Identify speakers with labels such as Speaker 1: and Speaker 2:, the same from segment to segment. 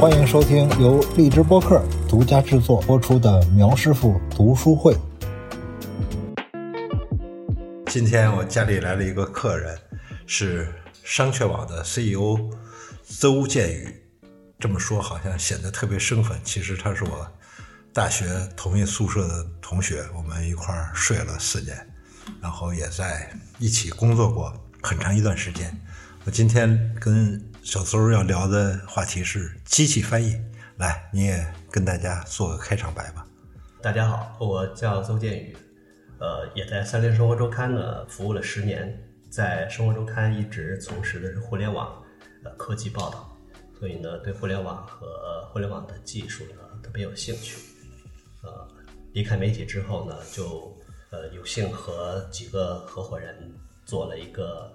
Speaker 1: 欢迎收听由荔枝播客独家制作播出的《苗师傅读书会》。
Speaker 2: 今天我家里来了一个客人，是商榷网的 CEO 邹建宇。这么说好像显得特别生分，其实他是我大学同一宿舍的同学，我们一块儿睡了四年，然后也在一起工作过很长一段时间。我今天跟小邹要聊的话题是机器翻译，来，你也跟大家做个开场白吧。
Speaker 3: 大家好，我叫邹建宇，呃，也在三联生活周刊呢服务了十年，在生活周刊一直从事的是互联网呃科技报道，所以呢，对互联网和互联网的技术呢特别有兴趣。呃，离开媒体之后呢，就呃有幸和几个合伙人做了一个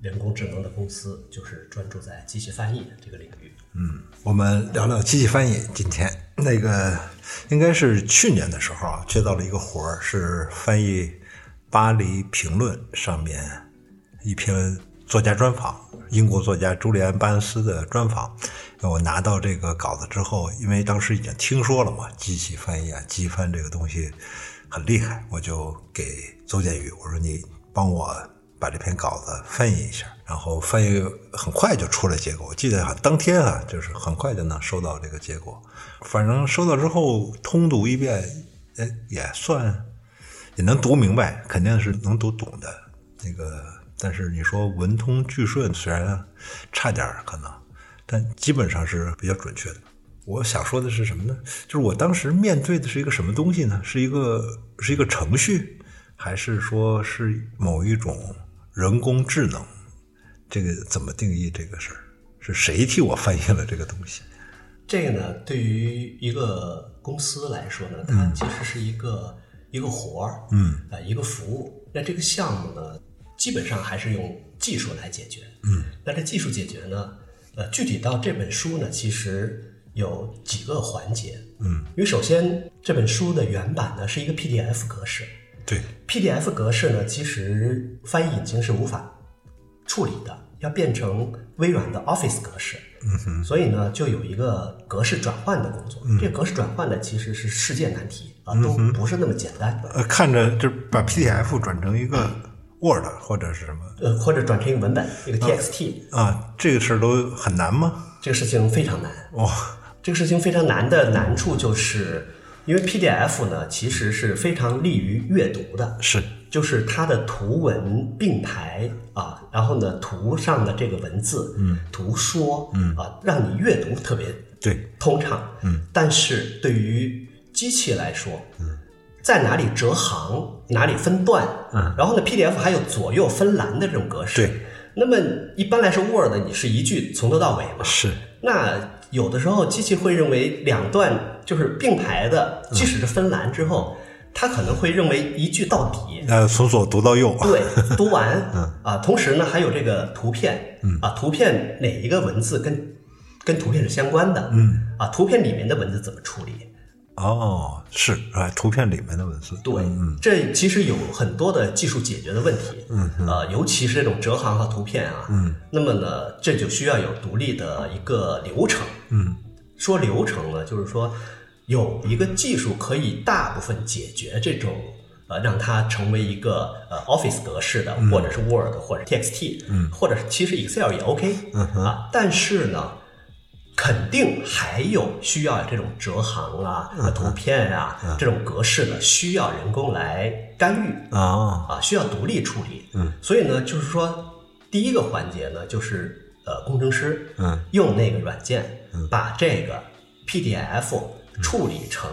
Speaker 3: 人工智能的公司，就是专注在机器翻译这个领域。
Speaker 2: 我们聊聊机器翻译。今天那个应该是去年的时候啊，接到了一个活儿，是翻译《巴黎评论》上面一篇作家专访，英国作家朱利安·巴恩斯的专访。我拿到这个稿子之后，因为当时已经听说了嘛，机器翻译啊，机翻这个东西很厉害，我就给邹建宇我说你帮我把这篇稿子翻译一下，然后翻译很快就出来结果，我记得好像当天啊，就是很快就能收到这个结果。反正收到之后通读一遍，哎，也算也能读明白，肯定是能读懂的。那个，但是你说文通句顺，虽然差点儿可能，但基本上是比较准确的。我想说的是什么呢？就是我当时面对的是一个什么东西呢？是一个呃是一个程序，还是说是某一种人工智能？这个怎么定义这个事儿？是谁替我翻译了这个东西？
Speaker 3: 这个呢，对于一个公司来说呢，它其实是一个、一个活儿，
Speaker 2: 嗯，
Speaker 3: 啊、一个服务。那这个项目呢，基本上还是用技术来解决，嗯。那这技术解决呢，呃，具体到这本书呢，其实有几个环节，
Speaker 2: 嗯，
Speaker 3: 因为首先这本书的原版呢是一个 PDF 格式
Speaker 2: 对，
Speaker 3: ，PDF 格式呢，其实翻译引擎是无法处理的，要变成微软的 Office 格式。嗯哼。所以呢，就有一个格式转换的工作。这个格式转换呢，其实是世界难题啊，都不是那么简单。
Speaker 2: 呃，看着就是把 PDF 转成一个 Word 或者是什么
Speaker 3: 呃，或者转成一个文本，一个 TXT，、
Speaker 2: 啊，这个事儿都很难吗？哦
Speaker 3: 这个事情非常难。
Speaker 2: 哇、
Speaker 3: 这个事情非常难的难处就是，因为 PDF 呢，其实是非常利于阅读的。
Speaker 2: 是
Speaker 3: 就是它的图文并排啊，然后呢，图上的这个文字，嗯，图说，嗯啊，让你阅读特别
Speaker 2: 对，
Speaker 3: 通畅，嗯，但是对于机器来说，嗯，在哪里折行，哪里分段，嗯，然后呢，PDF 还有左右分栏的这种格式，
Speaker 2: 对，
Speaker 3: 那么一般来说，Word 你是一句从头到尾嘛，
Speaker 2: 是
Speaker 3: 那有的时候机器会认为两段就是并排的，即使是分栏之后，它可能会认为一句到底，
Speaker 2: 呃，从左读到右，
Speaker 3: 对，读完， 啊，同时呢还有这个图片，啊，图片哪一个文字跟跟图片是相关的，
Speaker 2: 嗯，
Speaker 3: 啊，图片里面的文字怎么处理？
Speaker 2: 哦，是啊，图片里面的文字，
Speaker 3: 对，
Speaker 2: 嗯
Speaker 3: 这其实有很多的技术解决的问题，嗯，呃，尤其是这种折行和图片啊，嗯，那么呢，这就需要有独立的一个流程，
Speaker 2: 嗯，
Speaker 3: 说流程呢，就是说有一个技术可以大部分解决这种呃，让它成为一个呃 Office 格式的，或者是 Word 或者 TXT，嗯，或者是其实 Excel 也 OK，嗯啊，但是呢。肯定还有需要这种折行啊、呃图片啊、这种格式的，需要人工来干预
Speaker 2: 啊，
Speaker 3: 啊，需要独立处理。嗯，所以呢，就是说第一个环节呢，就是呃，工程师
Speaker 2: 嗯
Speaker 3: 用那个软件把这个 PDF
Speaker 2: 嗯
Speaker 3: 处理成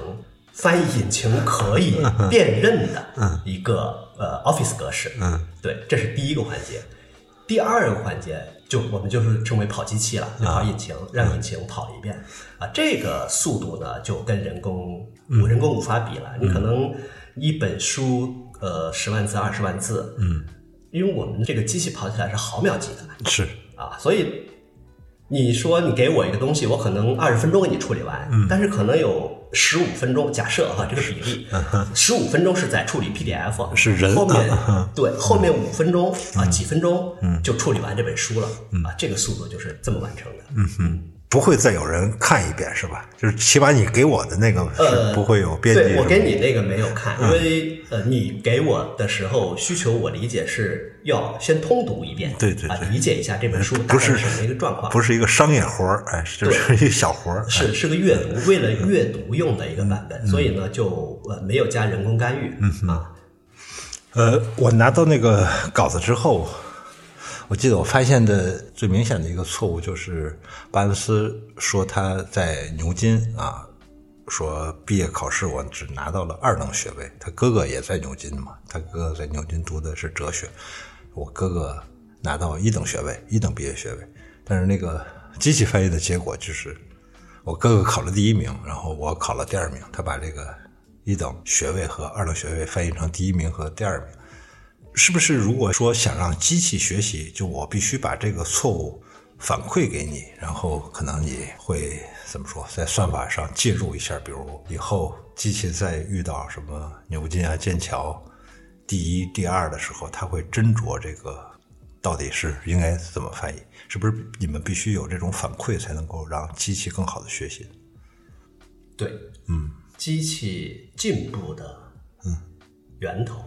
Speaker 3: 翻译引擎可以
Speaker 2: 嗯
Speaker 3: 辨认的一个呃 Office 格式。
Speaker 2: 嗯，
Speaker 3: 对，这是第一个环节。第二个环节就我们就是称为跑机器了，就跑引擎，让引擎跑一遍
Speaker 2: 嗯
Speaker 3: 啊。这个速度呢，就跟人工
Speaker 2: 嗯
Speaker 3: 无人工无法比了。你可能一本书呃十万字二十万字，
Speaker 2: 嗯，
Speaker 3: 因为我们这个机器跑起来是毫秒级的
Speaker 2: 是
Speaker 3: 啊，所以你说你给我一个东西，我可能二十分钟给你处理完，
Speaker 2: 嗯
Speaker 3: 但是可能有。十五分钟，假设哈，这个比 例，十五分钟是在处理 PDF，
Speaker 2: 嗯是人啊
Speaker 3: 后面 对，后面五分钟
Speaker 2: 嗯
Speaker 3: 啊，几分钟就处理完这本书了啊，这个速度就是这么完成的。嗯
Speaker 2: 不会再有人看一遍是吧？就是起码你给我的那个
Speaker 3: 呃
Speaker 2: 是不会有编辑。嗯
Speaker 3: 对我
Speaker 2: 是吧
Speaker 3: 给你那个没有看，因为呃，你给我的时候需求，我理解是要先通读一遍，
Speaker 2: 对对对
Speaker 3: 啊，理解一下这本书大
Speaker 2: 不
Speaker 3: 概
Speaker 2: 是
Speaker 3: 什么一个状况，
Speaker 2: 不是一个商业活儿，哎，就是一个小活儿。哎
Speaker 3: 是是个阅读，为了阅读用的一个版本，所以呢就呃没有加人工干预啊，
Speaker 2: 呃，我拿到那个稿子之后，我记得我发现的最明显的一个错误就是巴恩斯说他在牛津啊，说毕业考试我只拿到了二等学位，他哥哥也在牛津嘛，他哥哥在牛津读的是哲学，我哥哥拿到一等学位，一等毕业学位，但是那个机器翻译的结果就是我哥哥考了第一名，然后我考了第二名，他把这个一等学位和二等学位翻译成第一名和第二名。是不是如果说想让机器学习，就我必须把这个错误反馈给你，然后可能你会怎么说，在算法上介入一下，比如以后机器在遇到什么牛津啊、剑桥第一、第二的时候，它会斟酌这个到底是应该怎么翻译，是不是你们必须有这种反馈才能够让机器更好的学习？
Speaker 3: 对，
Speaker 2: 嗯，
Speaker 3: 机器进步的源头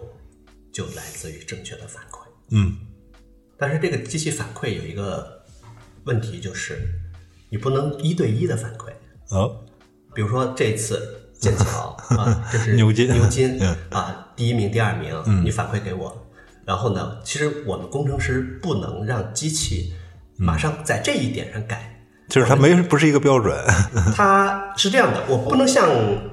Speaker 3: 就来自于正确的反馈，
Speaker 2: 嗯，
Speaker 3: 但是这个机器反馈有一个问题就是，你不能一对一的反馈，
Speaker 2: 哦，
Speaker 3: 比如说这次剑 桥啊，这是
Speaker 2: 牛津
Speaker 3: 牛 津
Speaker 2: 嗯
Speaker 3: 啊，第一名、第二名，你反馈给我。然后呢，其实我们工程师不能让机器马上在这一点上改，
Speaker 2: 就是它没不是一个标准，
Speaker 3: 它是这样的，我不能像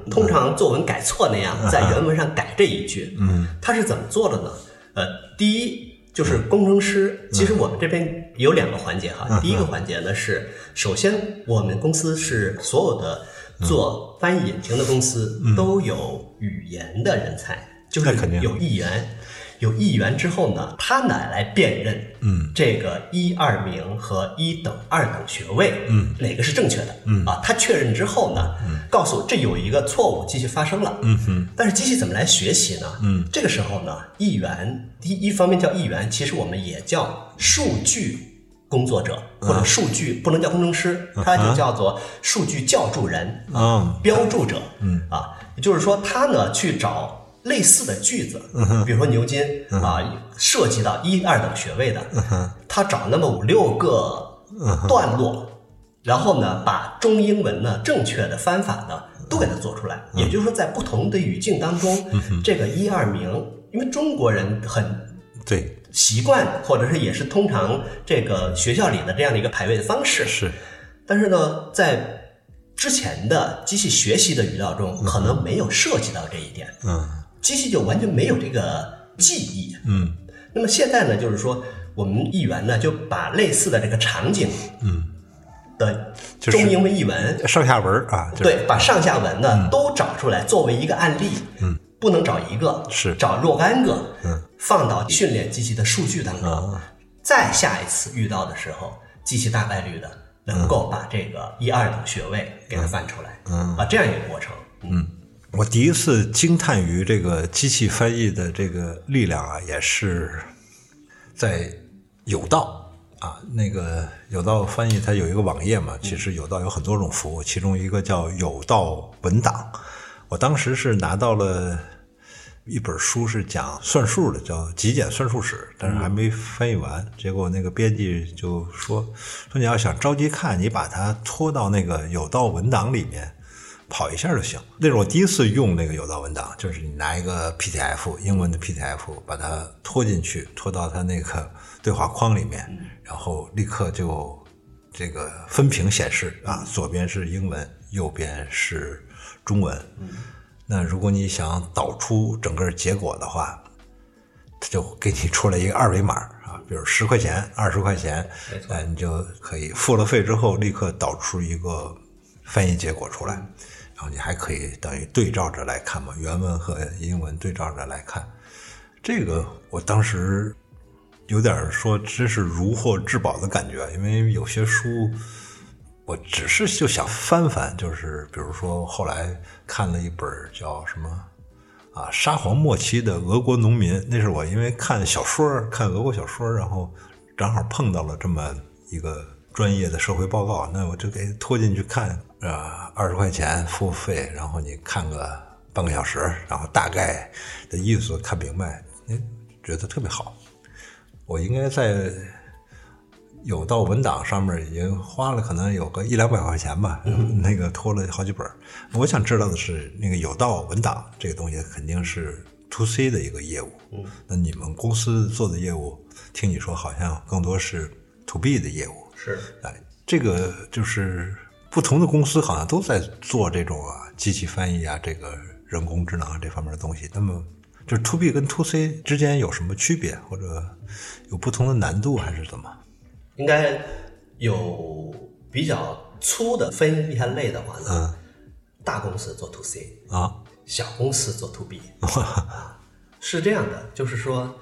Speaker 3: 通常作文改错那样，
Speaker 2: 嗯
Speaker 3: 在原文上改这一句。嗯，它是怎么做的呢？呃，第一就是工程师，
Speaker 2: 嗯
Speaker 3: 其实我们这边有两个环节哈。第一个环节呢是，首先我们公司是所有的做翻译引擎的公司都有语言的人才，就是
Speaker 2: 嗯那肯定
Speaker 3: 有议员。有议员之后呢，他呢来辨认，嗯，这个一二名和一等二等学位，嗯，哪个是正确的，嗯啊，他确认之后呢，告诉我这有一个错误机器发生了，嗯哼，但是机器怎么来学习呢？嗯，这个时候呢，议员第一方面叫议员，其实我们也叫数据工作者或者数据不能叫工程师，他就叫做数据教助人
Speaker 2: 嗯，
Speaker 3: 标注者，嗯啊，也就是说他呢去找类似的句子，比如说牛津啊，涉及到一二等学位的，
Speaker 2: 嗯
Speaker 3: 他找那么五六个段落，然后呢把中英文呢正确的翻法呢都给它做出来，也就是说在不同的语境当中，这个一二名，因为中国人很
Speaker 2: 对，
Speaker 3: 习惯，或者是也是通常这个学校里的这样的一个排位的方式。
Speaker 2: 是，
Speaker 3: 但是呢，在之前的机器学习的语料中，可能没有涉及到这一点，
Speaker 2: 嗯
Speaker 3: 机器就完全没有这个记忆。
Speaker 2: 嗯。
Speaker 3: 那么现在呢，就是说我们议员呢就把类似的这个场景，嗯，的
Speaker 2: 就是
Speaker 3: 中英文译文，
Speaker 2: 上下文儿啊，就是、
Speaker 3: 对，把上下文呢、都找出来作为一个案例，嗯，不能找一个，
Speaker 2: 是
Speaker 3: 找若干个，嗯，啊放到训练机器的数据当中，再下一次遇到的时候，机器大概率的能够把这个一二等学位给它翻出来，嗯，啊，这样一个过程，嗯，
Speaker 2: 我第一次惊叹于这个机器翻译的这个力量啊，也是在有道啊，那个有道翻译它有一个网页嘛，其实有道有很多种服务，其中一个叫有道文档。我当时是拿到了一本书，是讲算术的，叫《极简算术史》，但是还没翻译完。结果那个编辑就说说你要想着急看，你把它拖到那个有道文档里面。跑一下就行。那是我第一次用那个有道文档，就是你拿一个 PDF 英文的 PDF，把它拖进去，拖到它那个对话框里面，然后立刻就这个分屏显示啊，左边是英文，右边是中文。那如果你想导出整个结果的话，它就给你出来一个二维码 啊，比如十块钱、二十块钱
Speaker 3: 没，错
Speaker 2: 哎，你就可以付了费之后立刻导出一个翻译结果出来，
Speaker 3: 嗯
Speaker 2: 然后你还可以等于对照着来看嘛，原文和英文对照着来看。这个我当时有点儿说，真是如获至宝的感觉，因为有些书我只是就想翻翻，就是比如说后来看了一本儿叫什么啊，沙皇末期的俄国农民，那是我因为看小说儿，看俄国小说儿，然后正好碰到了这么一个。专业的社会报告，那我就给拖进去看啊，二、十块钱付费，然后你看个半个小时，然后大概的意思看明白，哎，觉得特别好。我应该在有道文档上面已经花了可能有个一两百块钱吧，那个拖了好几本儿。我想知道的是，那个有道文档这个东西肯定是 to C 的一个业务，嗯，那你们公司做的业务，听你说好像更多是 to B 的业务，
Speaker 3: 是
Speaker 2: 哎，这个就是不同的公司好像都在做这种啊机器翻译啊，这个人工智能啊这方面的东西。那么，就是 to B 跟 to C 之间有什么区别，或者有不同的难度，还是怎么？
Speaker 3: 应该有比较粗的分一下类的话呢，
Speaker 2: 嗯
Speaker 3: 大公司做 to C，
Speaker 2: 啊，
Speaker 3: 小公司做 to B，是这样的，就是说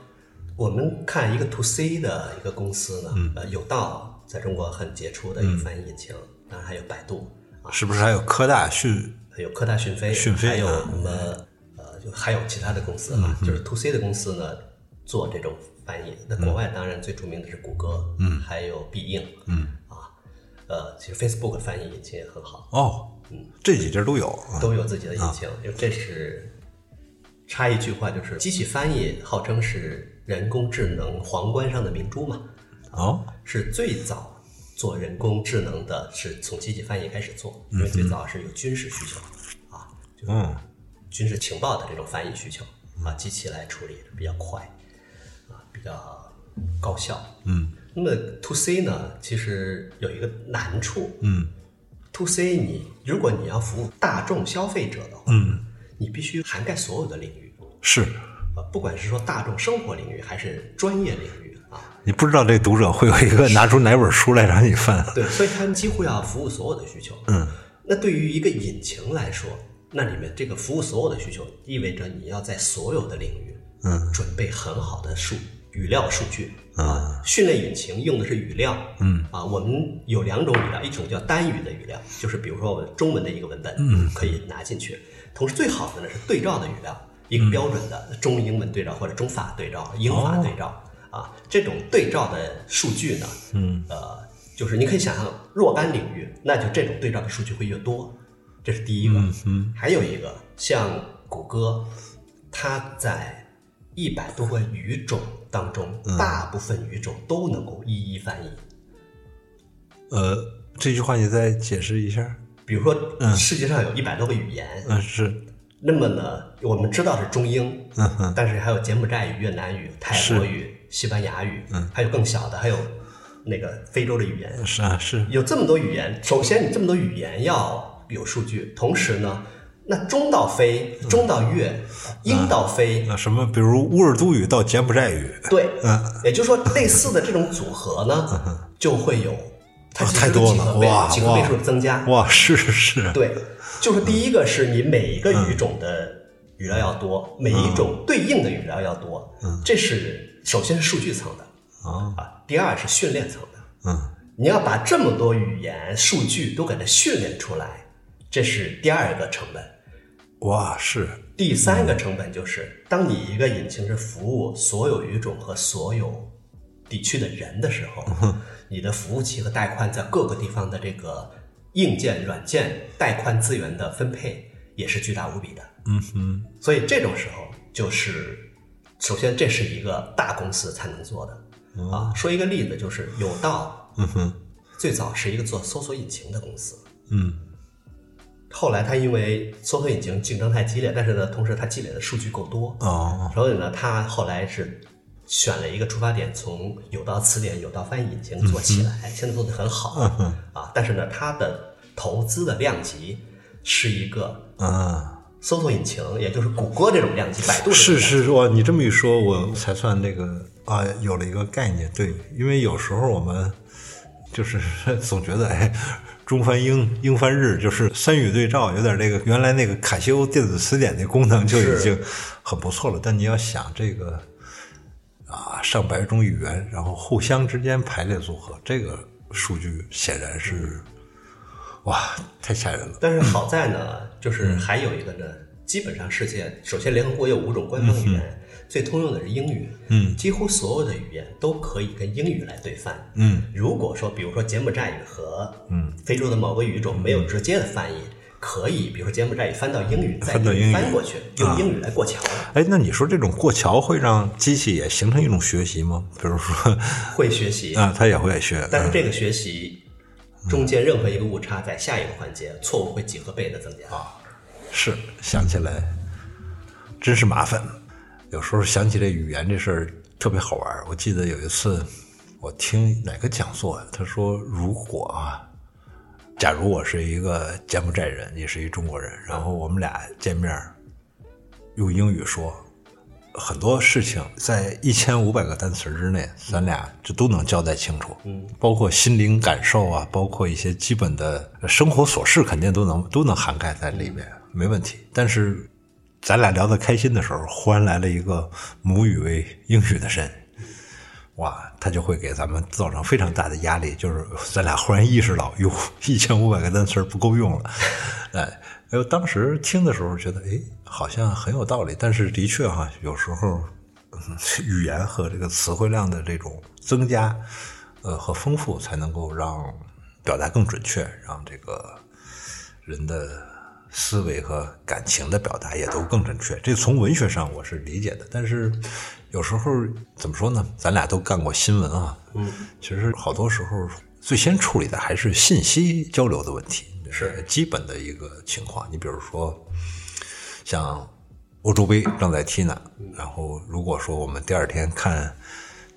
Speaker 3: 我们看一个 to C 的一个公司呢，呃，有道在中国很杰出的一个翻译引擎，当然还有百度啊，
Speaker 2: 是不是还有科大讯？
Speaker 3: 有科大讯飞，
Speaker 2: 讯飞
Speaker 3: 还有
Speaker 2: 啊嗯
Speaker 3: 什么呃，就还有其他的公司啊，就是 to C 的公司呢做这种翻译。那国
Speaker 2: 嗯
Speaker 3: 外当然最著名的是谷歌，嗯，还有必应，嗯啊，呃，其实 Facebook 的翻译引擎也很好，
Speaker 2: 哦，这几家都有啊。
Speaker 3: 都有自己的引擎，因为这是插一句话，就是机器翻译号称是人工智能皇冠上的明珠嘛，
Speaker 2: 哦，
Speaker 3: 是最早。做人工智能的是从机器翻译开始做，因为最早是有军事需求，啊，就
Speaker 2: 嗯，
Speaker 3: 军事情报的这种翻译需求啊，机器来处理比较快，啊，比较高效。嗯，那么 to C 呢，其实有一个难处。嗯，to C 你如果你要服务大众消费者的话，嗯，你必须涵盖所有的领域，
Speaker 2: 是
Speaker 3: 啊，不管是说大众生活领域还是专业领域啊，
Speaker 2: 你不知道这读者会有一个拿出哪本书来让你翻。啊
Speaker 3: 对，所以他们几乎要服务所有的需求。嗯，那对于一个引擎来说，那里面这个服务所有的需求，意味着你要在所有的领域，嗯，准备很好的数语料数据啊。训练引擎用的是语料，嗯啊，我们有两种语料，一种叫单语的语料，就是比如说我们中文的一个文本，嗯，可以拿进去。同时最好的呢是对照的语料，一个标准的中英文对照或者中法对照、英法对照。啊，这种对照的数据呢，嗯，呃，就是你可以想象若干领域，那就这种对照的数据会越多，这是第一个。嗯，还有一个像谷歌，它在一百多个语种当中，大部分语种都能够一一翻译。
Speaker 2: 呃，这句话你再解释一下。
Speaker 3: 比如说，世界上有一百多个语言，
Speaker 2: 嗯，是
Speaker 3: 那么呢，我们知道是中英，但是还有柬埔寨语、越南语、泰国语、西班牙语，还有更小的，还有那个非洲的语言，
Speaker 2: 是啊，是
Speaker 3: 有这么多语言，首先你这么多语言要有数据，同时呢，那中到非、中到越、英到非，
Speaker 2: 那什么，比如乌尔都语到柬埔寨语，
Speaker 3: 对，
Speaker 2: 嗯
Speaker 3: 也就是说类似的这种组合呢，就会有它
Speaker 2: 哦
Speaker 3: 其实
Speaker 2: 太
Speaker 3: 是
Speaker 2: 多
Speaker 3: 几
Speaker 2: 了
Speaker 3: 个倍
Speaker 2: 哇
Speaker 3: 几个倍
Speaker 2: 哇
Speaker 3: 数的增加，
Speaker 2: 哇，是是是，
Speaker 3: 对，就是第一个是你每一个语
Speaker 2: 嗯
Speaker 3: 种的语料要多，每一种对应的语料要多，
Speaker 2: 嗯
Speaker 3: 这是首先是数据层的
Speaker 2: 啊
Speaker 3: 啊，第二是训练层的，
Speaker 2: 嗯，
Speaker 3: 你要把这么多语言数据都给它训练出来，这是第二个成本。
Speaker 2: 哇是，
Speaker 3: 第三个成本就是，当你一个引擎是服务所有语种和所有地区的人的时候，你的服务器和带宽在各个地方的这个硬件、软件带宽资源的分配也是巨大无比的。
Speaker 2: 嗯哼，
Speaker 3: 所以这种时候就是，首先这是一个大公司才能做的啊。说一个例子，就是有道
Speaker 2: 嗯哼，
Speaker 3: 最早是一个做搜索引擎的公司，
Speaker 2: 嗯
Speaker 3: 后来它因为搜索引擎竞争太激烈，但是呢，同时它积累的数据够多，
Speaker 2: 哦，
Speaker 3: 所以呢，他后来是选了一个出发点，从有道词典、有道翻译引擎做起
Speaker 2: 嗯
Speaker 3: 来，现在做的很好、啊。但是呢，它的投资的量级是一个
Speaker 2: 啊，
Speaker 3: 搜索引擎，也就是谷歌这种量级，百度这种
Speaker 2: 是
Speaker 3: 量级
Speaker 2: 是哇，你这么一说，我才算那个啊，有了一个概念，对，因为有时候我们就是 总觉得哎。中翻英，英翻日，就是三语对照，有点那个原来那个卡西欧电子词典那功能就已
Speaker 3: 是
Speaker 2: 经很不错了。但你要想这个啊，上百种语言，然后互相之间排列组合，这个数据显然是哇，太吓人了。
Speaker 3: 但是好在呢，就是还有一个呢，基本上世界，首先联合国有五种官方语言，最通用的是英语，
Speaker 2: 嗯
Speaker 3: 几乎所有的语言都可以跟英语来对翻。
Speaker 2: 嗯
Speaker 3: 如果说，比如说柬埔寨语和
Speaker 2: 嗯
Speaker 3: 非洲的某个语种没有直接的翻译，可以，比如说柬埔寨语翻到英语，再
Speaker 2: 翻到英语
Speaker 3: 翻过去，用英语来过桥，
Speaker 2: 哎，那你说这种过桥会让机器也形成一种学习吗？比如说
Speaker 3: 会学习。
Speaker 2: 啊，它也会学，
Speaker 3: 但是这个学习中间任何一个误差，在下一个环节错误会几何倍的增加。
Speaker 2: 啊是想起来真是麻烦。有时候想起这语言这事儿特别好玩儿。我记得有一次我听哪个讲座，啊他说如果啊，假如我是一个柬埔寨人，也是一中国人，然后我们俩见面儿用英语说。很多事情在一千五百个单词之内，咱俩就都能交代清楚。嗯，包括心灵感受啊，包括一些基本的生活琐事，肯定都能都能涵盖在里面，没问题。但是，咱俩聊得开心的时候，忽然来了一个母语为英语的人，哇，他就会给咱们造成非常大的压力，就是咱俩忽然意识到，哟，一千五百个单词儿不够用了，哎，哎呦，当时听的时候觉得，哎，好像很有道理，但是的确哈、有时候、嗯语言和这个词汇量的这种增加，呃，和丰富，才能够让表达更准确，让这个人的思维和感情的表达也都更准确。这从文学上我是理解的，但是有时候怎么说呢？咱俩都干过新闻啊，嗯，其实好多时候最先处理的还是信息交流的问题，是基本的一个情况。你比如说，像欧洲杯正在踢呢，然后如果说我们第二天看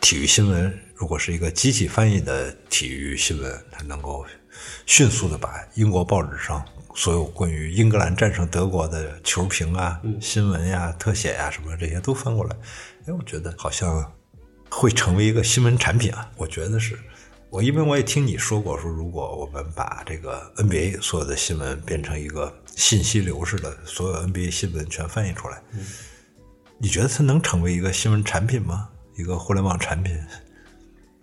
Speaker 2: 体育新闻，如果是一个机器翻译的体育新闻，它能够迅速的把英国报纸上所有关于英格兰战胜德国的球评啊、新闻呀、特写呀、什么这些都翻过来。哎，我觉得好像会成为一个新闻产品啊，我觉得是。我因为我也听你说过，说如果我们把这个 NBA 所有的新闻变成一个信息流式的，所有 NBA 新闻全翻译出来，你觉得它能成为一个新闻产品吗？一个互联网产品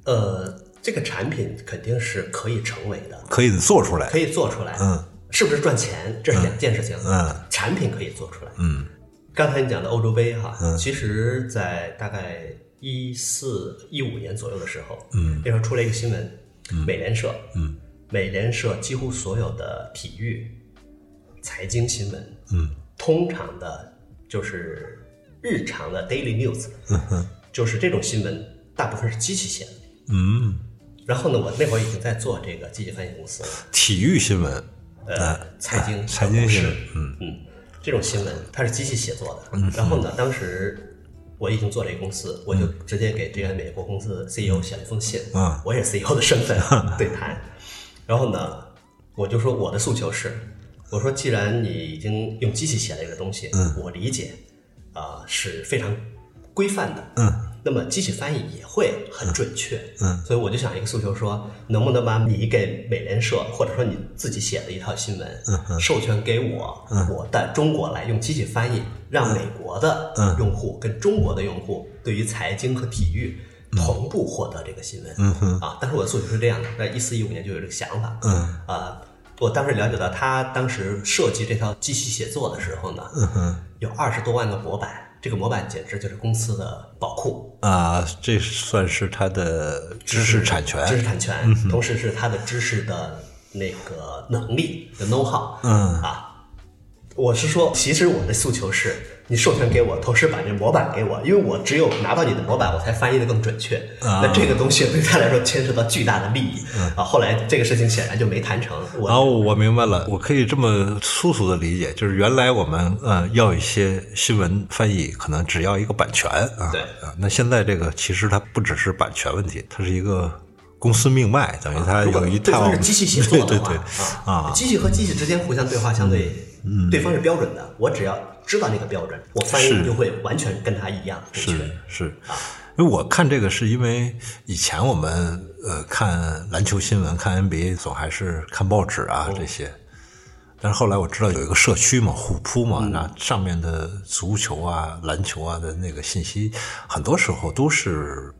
Speaker 3: 呃，这个产品肯定是可以成为的，
Speaker 2: 可以做出来
Speaker 3: 可？以做出来。
Speaker 2: 嗯，
Speaker 3: 是不是赚钱，这是两件事情。啊
Speaker 2: 嗯，
Speaker 3: 产品可以做出来。
Speaker 2: 嗯，
Speaker 3: 刚才你讲的欧洲杯哈，其实，在大概一四一五年左右的时候，嗯，那时候出了一个新闻，美联社，嗯，美联社几乎所有的体育、财经新闻，嗯，通常的就是日常的 daily news，就是这种新闻大部分是机器写的。
Speaker 2: 嗯，
Speaker 3: 然后呢，我那会儿已经在做这个机器翻译公司了，
Speaker 2: 体育新闻，
Speaker 3: 呃，财经、
Speaker 2: 啊财经新
Speaker 3: 是
Speaker 2: 闻，嗯
Speaker 3: 嗯，这种新闻它是机器写作的。然后呢，当时我已经做了一个公司，我就直接给这个美国公司的 CEO 写了一封信，
Speaker 2: 嗯啊
Speaker 3: 我也是 CEO 的身份对谈。然后呢，我就说我的诉求是，我说既然你已经用机器写了一个东西，
Speaker 2: 嗯
Speaker 3: 我理解啊、是非常规范的，
Speaker 2: 嗯，
Speaker 3: 那么机器翻译也会很准确，嗯，所以我就想一个诉求说，能不能把你给美联社或者说你自己写的一套新闻，嗯，授权给我，嗯，我在中国来用机器翻译，让美国的用户跟中国的用户对于财经和体育。同步获得这个新闻，嗯哼，啊，当时我的诉求是这样的，在一四一五年就有这个想法，嗯，啊，我当时了解到他当时设计这套机器写作的时候呢，嗯哼，有二十多万个模板，这个模板简直就是公司的宝库，
Speaker 2: 啊，这算是它的知识产权，嗯
Speaker 3: 知识产权，同时是他的知识的那个能力的 know how。
Speaker 2: 嗯
Speaker 3: 啊，我是说，其实我的诉求是，你授权给我，同时把这模板给我，因为我只有拿到你的模板，我才翻译的更准确。
Speaker 2: 啊嗯
Speaker 3: 那这个东西对他来说牵涉到巨大的利益、啊。后来这个事情显然就没谈成。我
Speaker 2: 然后我明白了，我可以这么粗俗的理解，就是原来我们呃要一些新闻翻译，可能只要一个版权啊，
Speaker 3: 对
Speaker 2: 啊，那现在这个其实它不只是版权问题，它是一个公司命脉，等于它
Speaker 3: 如果
Speaker 2: 有一
Speaker 3: 对
Speaker 2: 套
Speaker 3: 方是机器写作
Speaker 2: 对
Speaker 3: 的话
Speaker 2: 对对啊，嗯
Speaker 3: 机器和机器之间互相对话相对，对方是标准的，我只要知道那个标准，我翻
Speaker 2: 是
Speaker 3: 译就会完全跟他一样准确。
Speaker 2: 是是，因为我看这个是因为以前我们呃看篮球新闻、看 NBA 总还是看报纸啊这些，但是后来我知道有一个社区嘛，虎扑嘛，那上面的足球啊、篮球啊的那个信息，很多时候都是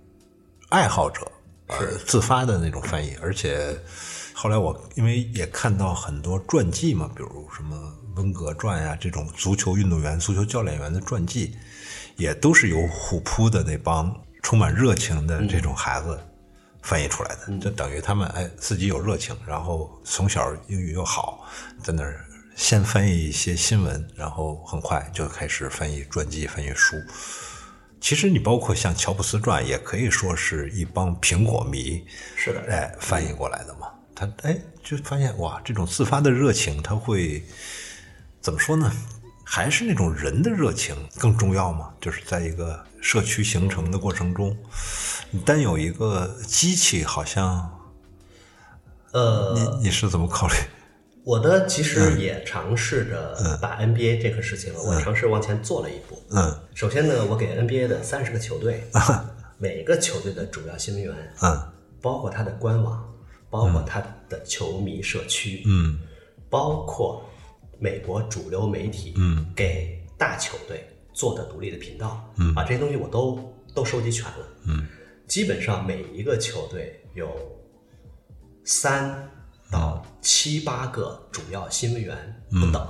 Speaker 2: 爱好者呃自发的那种翻译，而且后来我因为也看到很多传记嘛，比如什么温格传呀、这种足球运动员、足球教练员的传记，也都是由虎扑的那帮充满热情的这种孩子翻译出来的。这等于他们哎自己有热情，然后从小英语又好，在那儿先翻译一些新闻，然后很快就开始翻译传记、翻译书。其实你包括像《乔布斯传》，也可以说是一帮苹果迷
Speaker 3: 是的，
Speaker 2: 哎翻译过来的嘛。他哎就发现哇，这种自发的热情，他会怎么说呢？还是那种人的热情更重要嘛？就是在一个社区形成的过程中，你单有一个机器，好像
Speaker 3: 呃，
Speaker 2: 你你是怎么考虑？
Speaker 3: 我呢，其
Speaker 2: 嗯
Speaker 3: 实也尝试着把 NBA 这个事情，啊我尝试往前做了一步。
Speaker 2: 嗯啊
Speaker 3: 首先呢，我给 NBA 的三十个球队，每个球队的主要新闻源，
Speaker 2: 嗯
Speaker 3: 包括它的官网，包括它的球迷社区，
Speaker 2: 嗯
Speaker 3: 包括美国主流媒体，
Speaker 2: 嗯，
Speaker 3: 给大球队做的独立的频道，啊
Speaker 2: 嗯
Speaker 3: 把这些东西我都都收集全了，
Speaker 2: 嗯，
Speaker 3: 基本上每一个球队有三到七八个主要新闻源
Speaker 2: 嗯
Speaker 3: 不等，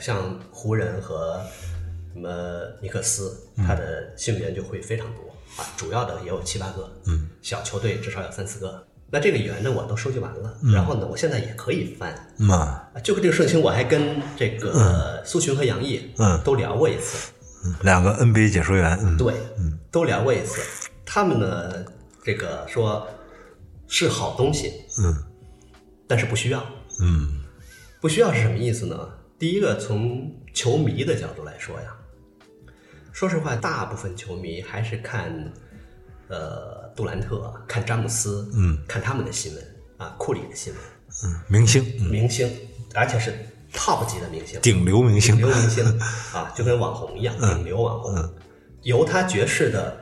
Speaker 3: 像湖人和什么尼克斯，
Speaker 2: 嗯
Speaker 3: 他的新闻源就会非常多啊，主要的也有七八个，
Speaker 2: 嗯，
Speaker 3: 小球队至少有三四个。那这个源呢，我都收集完了，
Speaker 2: 嗯
Speaker 3: 然后呢，我现在也可以翻，
Speaker 2: 嘛
Speaker 3: 啊，就这个事情，我还跟这个苏洵和杨毅，
Speaker 2: 嗯
Speaker 3: 都聊过一次，
Speaker 2: 嗯两个 NBA 解说员，嗯
Speaker 3: 对，都聊过一次。他们呢，这个说是好东西，
Speaker 2: 嗯
Speaker 3: 但是不需要。
Speaker 2: 嗯
Speaker 3: 不需要是什么意思呢？第一个，从球迷的角度来说呀，说实话，大部分球迷还是看呃杜兰特、看詹姆斯，
Speaker 2: 嗯，
Speaker 3: 看他们的新闻啊，库里的新闻，
Speaker 2: 嗯，明星，嗯
Speaker 3: 明星，而且是 top 级的明星，
Speaker 2: 顶流明星嗯
Speaker 3: 顶，流 明星啊，就跟网红一样，顶流网红。犹他爵士的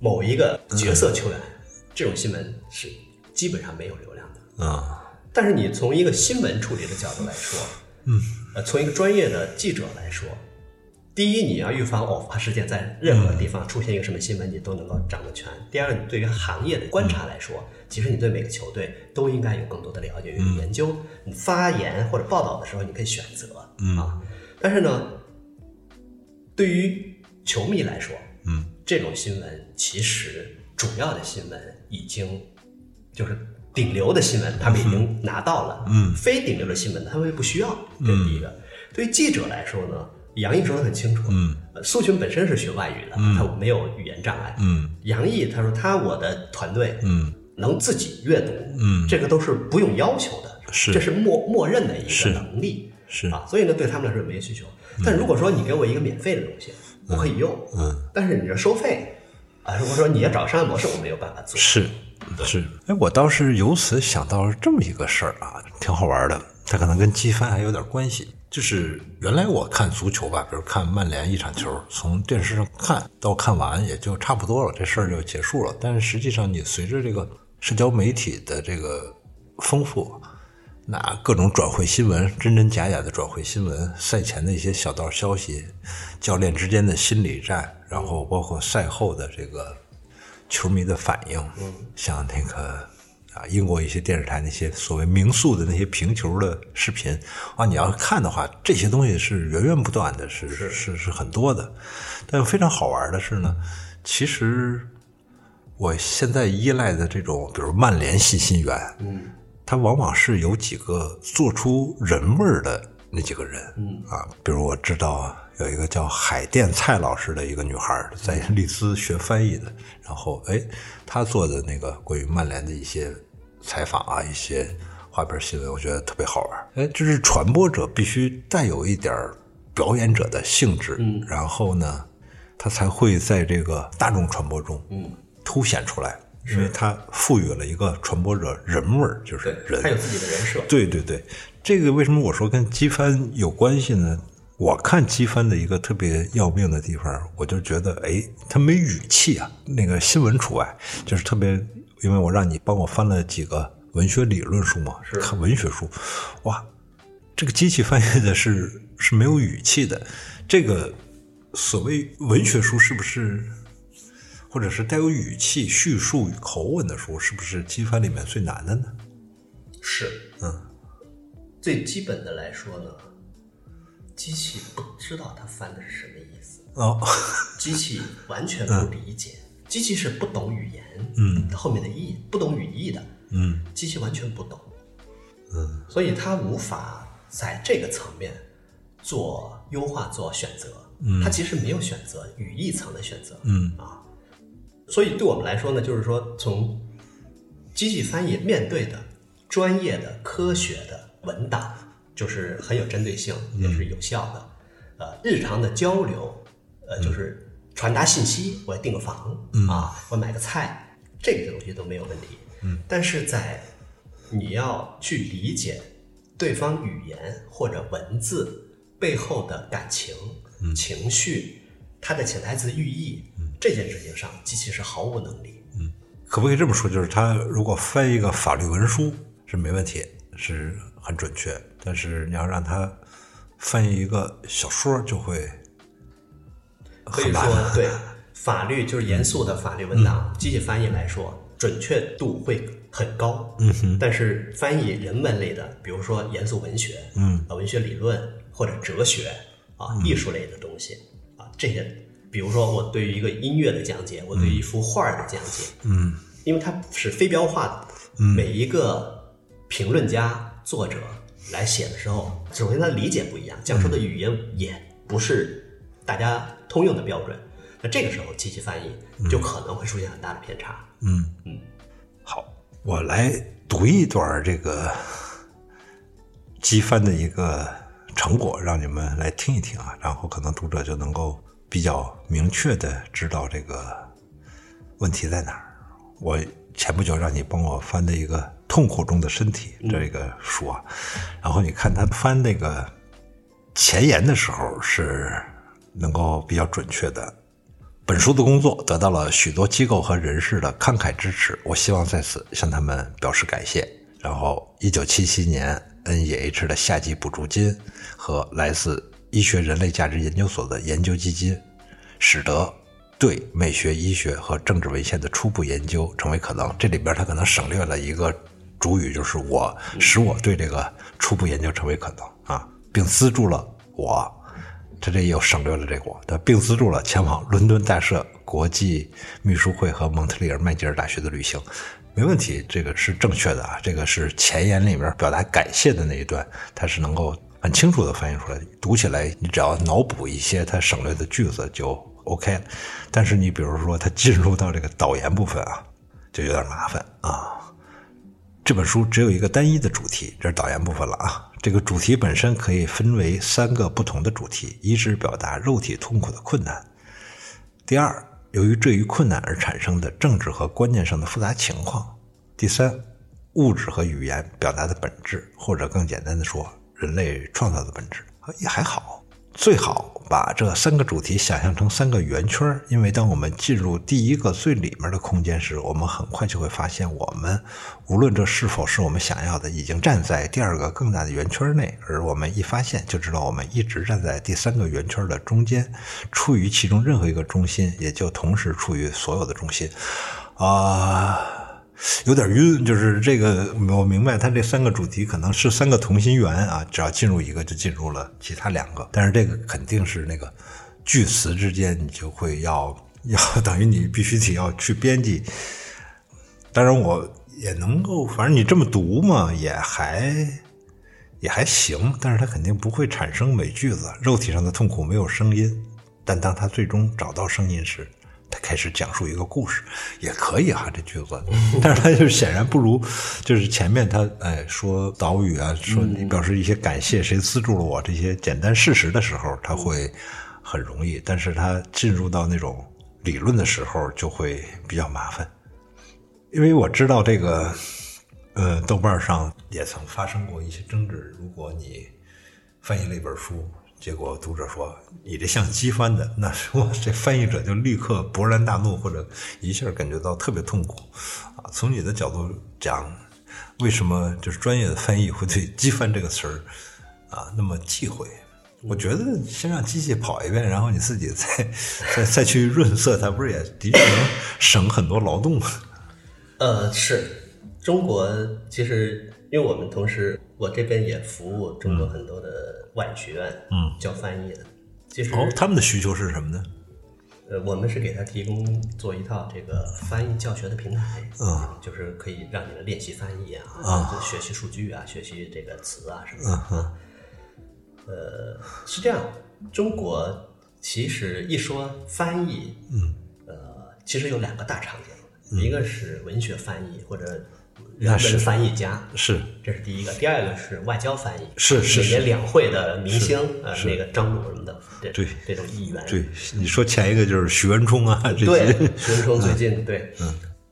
Speaker 3: 某一个角色球员，
Speaker 2: 嗯
Speaker 3: 这种新闻是基本上没有流量的。
Speaker 2: 嗯
Speaker 3: 但是你从一个新闻处理的角度来说，嗯，呃，从一个专业的记者来说，第一，你要预防偶发事件在任何地方出现一个什么新闻，你都能够掌握全；第二，你对于行业的观察来说，其实你对每个球队都应该有更多的了解与研究。你发言或者报道的时候，你可以选择、啊。但是呢，对于球迷来说，
Speaker 2: 嗯，
Speaker 3: 这种新闻其实主要的新闻已经就是顶流的新闻，他们已经拿到了，
Speaker 2: 嗯
Speaker 3: 非顶流的新闻他们不需要，这是第一个。对于记者来说呢，杨毅说的很清楚，
Speaker 2: 嗯
Speaker 3: 呃，苏洵本身是学外语的，他没有语言障碍，
Speaker 2: 嗯
Speaker 3: 杨毅他说他我的团队，
Speaker 2: 嗯
Speaker 3: 能自己阅读，
Speaker 2: 嗯
Speaker 3: 这个都是不用要求的，
Speaker 2: 是
Speaker 3: 这是默默认的一
Speaker 2: 是
Speaker 3: 个能力，
Speaker 2: 是
Speaker 3: 啊，所以呢，对他们来说也没需求。但如果说你给我一个免费的东西，我可以用，
Speaker 2: 嗯，
Speaker 3: 但是你这收费，啊，如果说你要找商业模式，我没有办法做，
Speaker 2: 是是，哎，我倒是由此想到了这么一个事儿啊，挺好玩的。它可能跟积分还有点关系。就是原来我看足球吧，比如看曼联一场球，从电视上看到看完也就差不多了，这事儿就结束了。但是实际上，你随着这个社交媒体的这个丰富，那各种转会新闻，真真假假的转会新闻，赛前的一些小道消息，教练之间的心理战，然后包括赛后的这个球迷的反应，像那个啊英国一些电视台那些所谓名宿的那些评球的视频啊，你要看的话，这些东西是源源不断的，是是是是很多的。但非常好玩的是呢，其实我现在依赖的这种，比如曼联信心源，嗯，它往往是有几个做出人味儿的那几个人，嗯啊，比如我知道啊，有一个叫海淀蔡老师的一个女孩儿，在利兹学翻译的，然后哎，她做的那个关于曼联的一些采访啊，一些花边新闻，我觉得特别好玩儿。哎，就是传播者必须带有一点儿表演者的性质，嗯，然后呢，他才会在这个大众传播中，嗯，凸显出来，因为他赋予了一个传播者人味儿，就是
Speaker 3: 对，
Speaker 2: 人，
Speaker 3: 他有自己的人设，
Speaker 2: 对对对，这个为什么我说跟机翻有关系呢？我看机翻的一个特别要命的地方，我就觉得，哎，他没语气啊，那个新闻除外，就是特别，因为我让你帮我翻了几个文学理论书嘛，是看文学书，哇，这个机器翻译的是是没有语气的，这个所谓文学书是不是，或者是带有语气叙述口吻的书，是不是机翻里面最难的呢？
Speaker 3: 是，
Speaker 2: 嗯，
Speaker 3: 最基本的来说呢，机器不知道它翻的是什么意思，
Speaker 2: 哦，
Speaker 3: 机器完全不理解，机器是不懂语言，
Speaker 2: 嗯，
Speaker 3: 后面的意义不懂语义的，
Speaker 2: 嗯
Speaker 3: 机器完全不懂，
Speaker 2: 嗯
Speaker 3: 所以它无法在这个层面做优化、做选择。
Speaker 2: 嗯
Speaker 3: 它其实没有选择语义层的选择。
Speaker 2: 嗯
Speaker 3: 啊，所以对我们来说呢，就是说从机器翻译面对的专业的、科学的文档，就是很有针对性，
Speaker 2: 嗯
Speaker 3: 也是有效的。呃，日常的交流，呃，就是传达信息，我要订个房、啊，我买个菜，这个东西都没有问题。嗯，但是在你要去理解对方语言或者文字背后的感情、情绪，它的潜台词寓意，这件事情上，机器是毫无能力。
Speaker 2: 可不可以这么说？就是他如果翻一个法律文书是没问题，是很准确，但是你要让他翻译一个小说就会
Speaker 3: 可以
Speaker 2: 很啊
Speaker 3: 说
Speaker 2: 麻烦。，
Speaker 3: 对法律就是严肃的法律文档，机器翻译来说，准确度会很高。嗯哼，但是翻译人文类的，比如说严肃文学，
Speaker 2: 嗯，
Speaker 3: 啊，文学理论或者哲学啊，艺术类的东西啊，这些，比如说我对于一个音乐的讲解，我对于一幅画儿的讲解，
Speaker 2: 嗯
Speaker 3: 因为它是非标化的，每一个评论家、作者来写的时候，首先他理解不一样，讲述的语言也不是大家通用的标准。那这个时候，机器翻译就可能会出现很大的偏差。
Speaker 2: 嗯嗯，好，我来读一段这个机翻的一个成果，让你们来听一听啊，然后可能读者就能够比较明确的知道这个问题在哪儿。我前不久让你帮我翻的一个《痛苦中的身体》这个书啊，然后你看他翻那个前言的时候是能够比较准确的本书的工作得到了许多机构和人士的慷慨支持，我希望在此向他们表示感谢。然后，一九七七年 NEH 的夏季补助金和来自医学人类价值研究所的研究基金，使得对美学、医学和政治文献的初步研究成为可能。这里边他可能省略了一个主语，就是我使我对这个初步研究成为可能啊，并资助了我他这又省略了这个我，他并资助了前往伦敦大社国际秘书会和蒙特利尔麦吉尔大学的旅行，没问题，这个是正确的啊，这个是前言里面表达感谢的那一段，它是能够很清楚的翻译出来，读起来你只要脑补一些他省略的句子就 OK 了。但是你比如说他进入到这个导言部分啊，就有点麻烦啊。这本书只有一个单一的主题，这是导言部分了啊。这个主题本身可以分为三个不同的主题：一是表达肉体痛苦的困难，第二，由于这一困难而产生的政治和观念上的复杂情况；第三，物质和语言表达的本质，或者更简单的说，人类创造的本质。啊也还好，最好把这三个主题想象成三个圆圈儿，因为当我们进入第一个最里面的空间时，我们很快就会发现，我们无论这是否是我们想要的，已经站在第二个更大的圆圈儿内，而我们一发现就知道我们一直站在第三个圆圈儿的中间，处于其中任何一个中心，也就同时处于所有的中心，啊、有点晕，就是这个我明白，它这三个主题可能是三个同心圆啊，只要进入一个就进入了其他两个，但是这个肯定是那个句词之间你就会要要等于你必须得要去编辑。当然我也能够，反正你这么读嘛，也还也还行，但是它肯定不会产生美句子。肉体上的痛苦没有声音，但当他最终找到声音时，他开始讲述一个故事，也可以啊哈、这句子，但是他就是显然不如，就是前面他哎说岛屿啊，说你表示一些感谢谁资助了我这些简单事实的时候，他会很容易，但是他进入到那种理论的时候就会比较麻烦。因为我知道这个，呃，豆瓣上也曾发生过一些争执。如果你翻译了一本书，结果读者说你这像机翻的，那说这翻译者就立刻勃然大怒，或者一下感觉到特别痛苦啊。从你的角度讲，为什么就是专业的翻译会对“机翻”这个词儿啊那么忌讳？我觉得先让机器跑一遍，然后你自己再再再去润色，它不是也的确能省很多劳动吗？
Speaker 3: 呃，是中国其实因为我们同时我这边也服务中国很多的外语学院，
Speaker 2: 嗯，
Speaker 3: 教翻译的。其实，
Speaker 2: 哦，他们的需求是什么呢？
Speaker 3: 呃，我们是给他提供做一套这个翻译教学的平台，
Speaker 2: 嗯，
Speaker 3: 就是可以让你们练习翻译啊，
Speaker 2: 啊
Speaker 3: 学习数据啊，学习这个词啊什么的。
Speaker 2: 嗯哼，
Speaker 3: 呃，是这样，中国其实一说翻译，
Speaker 2: 嗯，
Speaker 3: 呃，其实有两个大场景，一个是文学翻译或者人
Speaker 2: 那
Speaker 3: 文
Speaker 2: 是
Speaker 3: 翻译家，
Speaker 2: 是
Speaker 3: 这是第一个；第二个是外交翻译，
Speaker 2: 是是
Speaker 3: 每
Speaker 2: 是
Speaker 3: 年两会的明星呃，
Speaker 2: 是
Speaker 3: 那个张鲁什么的，这
Speaker 2: 对
Speaker 3: 这种议员，
Speaker 2: 对，你说前一个就是许渊冲啊，这
Speaker 3: 对 嗯
Speaker 2: 些，
Speaker 3: 陈冲最近对，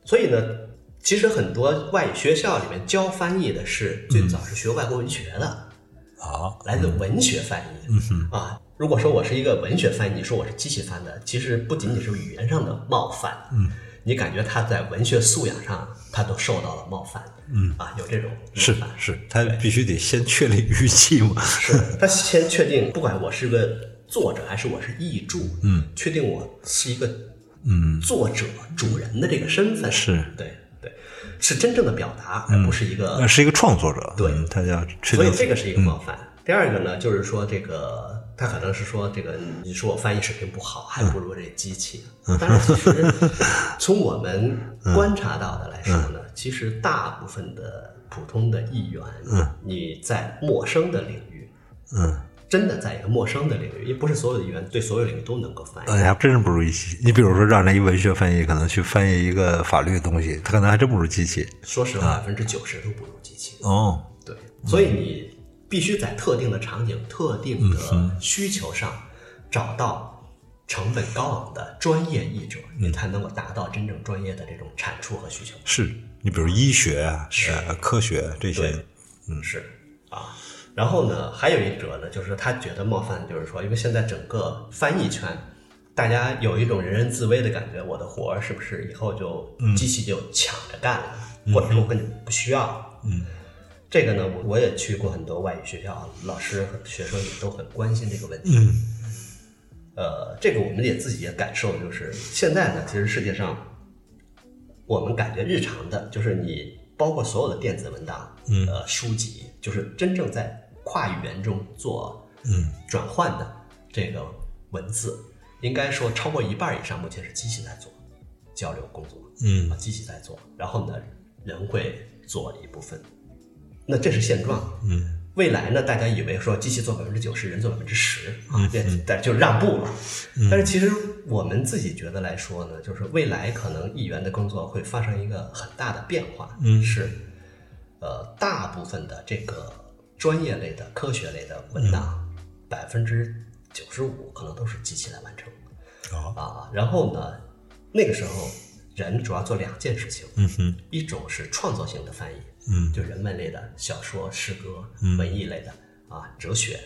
Speaker 3: 所以呢，其实很多外语学校里面教翻译的是最早是学外国文学的，
Speaker 2: 啊，
Speaker 3: 来自文学翻译，啊。如果说我是一个文学翻译，你说我是机器翻的，其实不仅仅是语言上的冒犯，嗯，你感觉他在文学素养上他都受到了冒犯，嗯啊，有这种
Speaker 2: 是
Speaker 3: 冒犯
Speaker 2: 是，他必须得先确立语气嘛，
Speaker 3: 是他先确定，不管我是个作者还是我是译著，嗯，确定我是一个嗯作者主人的这个身份，
Speaker 2: 是
Speaker 3: 对对，是真正的表达，而不是一个
Speaker 2: 那呃是一个创作者，
Speaker 3: 对
Speaker 2: 嗯他要确
Speaker 3: 所以
Speaker 2: 定，
Speaker 3: 这个是一个冒犯。第二个呢，就是说这个他可能是说这个你说我翻译水平不好，还不如这机器。
Speaker 2: 嗯
Speaker 3: 但是其 实从我们观察到的来说
Speaker 2: 嗯
Speaker 3: 呢，其实大部分的普通的译员，你在陌生的领域，
Speaker 2: 嗯，
Speaker 3: 真的在一个陌生的领域，也不是所有的译员对所有领域都能够翻译。
Speaker 2: 哎呀，还真是不如一起。你比如说，让人一文学翻译可能去翻译一个法律的东西，他可能还真不如机器。
Speaker 3: 说实
Speaker 2: 嗯
Speaker 3: 话，百分之九十都不如机器。
Speaker 2: 哦，
Speaker 3: 对，所以你必须在特定的场景、特定的需求上找到成本高昂的专业译者，你才能够达到真正专业的这种产出和需求。
Speaker 2: 是你比如医学啊，呃科学这些
Speaker 3: 对，嗯，是啊。然后呢，还有一者呢，就是他觉得冒犯，就是说，因为现在整个翻译圈，大家有一种人人自危的感觉，我的活儿是不是以后就机器就抢着干了，或者说我根本不需要了
Speaker 2: 嗯，
Speaker 3: 这个呢，我我也去过很多外语学校，老师和学生也都很关心这个问题。
Speaker 2: 嗯
Speaker 3: 呃，这个我们也自己也感受，就是现在呢，其实世界上，我们感觉日常的，就是你包括所有的电子文档，
Speaker 2: 嗯
Speaker 3: 呃，书籍，就是真正在跨语言中做
Speaker 2: 嗯
Speaker 3: 转换的这个文字，应该说超过一半以上目前是机器在做交流工作。啊
Speaker 2: 嗯，
Speaker 3: 机器在做，然后呢，人会做一部分。那这是现状。
Speaker 2: 嗯，
Speaker 3: 未来呢，大家以为说机器做百分之九十，人做百分之十啊，这但就让步了。
Speaker 2: 嗯
Speaker 3: 但是其实我们自己觉得来说呢，就是未来可能议员的工作会发生一个很大的变化，
Speaker 2: 嗯
Speaker 3: 是呃，大部分的这个专业类的、科学类的文档，
Speaker 2: 嗯
Speaker 3: 百分之九十五可能都是机器来完成。
Speaker 2: 哦，
Speaker 3: 啊，然后呢，那个时候人主要做两件事情，
Speaker 2: 嗯哼，
Speaker 3: 一种是创作性的翻译，
Speaker 2: 嗯
Speaker 3: 就人文类的小说、诗歌、
Speaker 2: 嗯
Speaker 3: 文艺类的啊，哲学，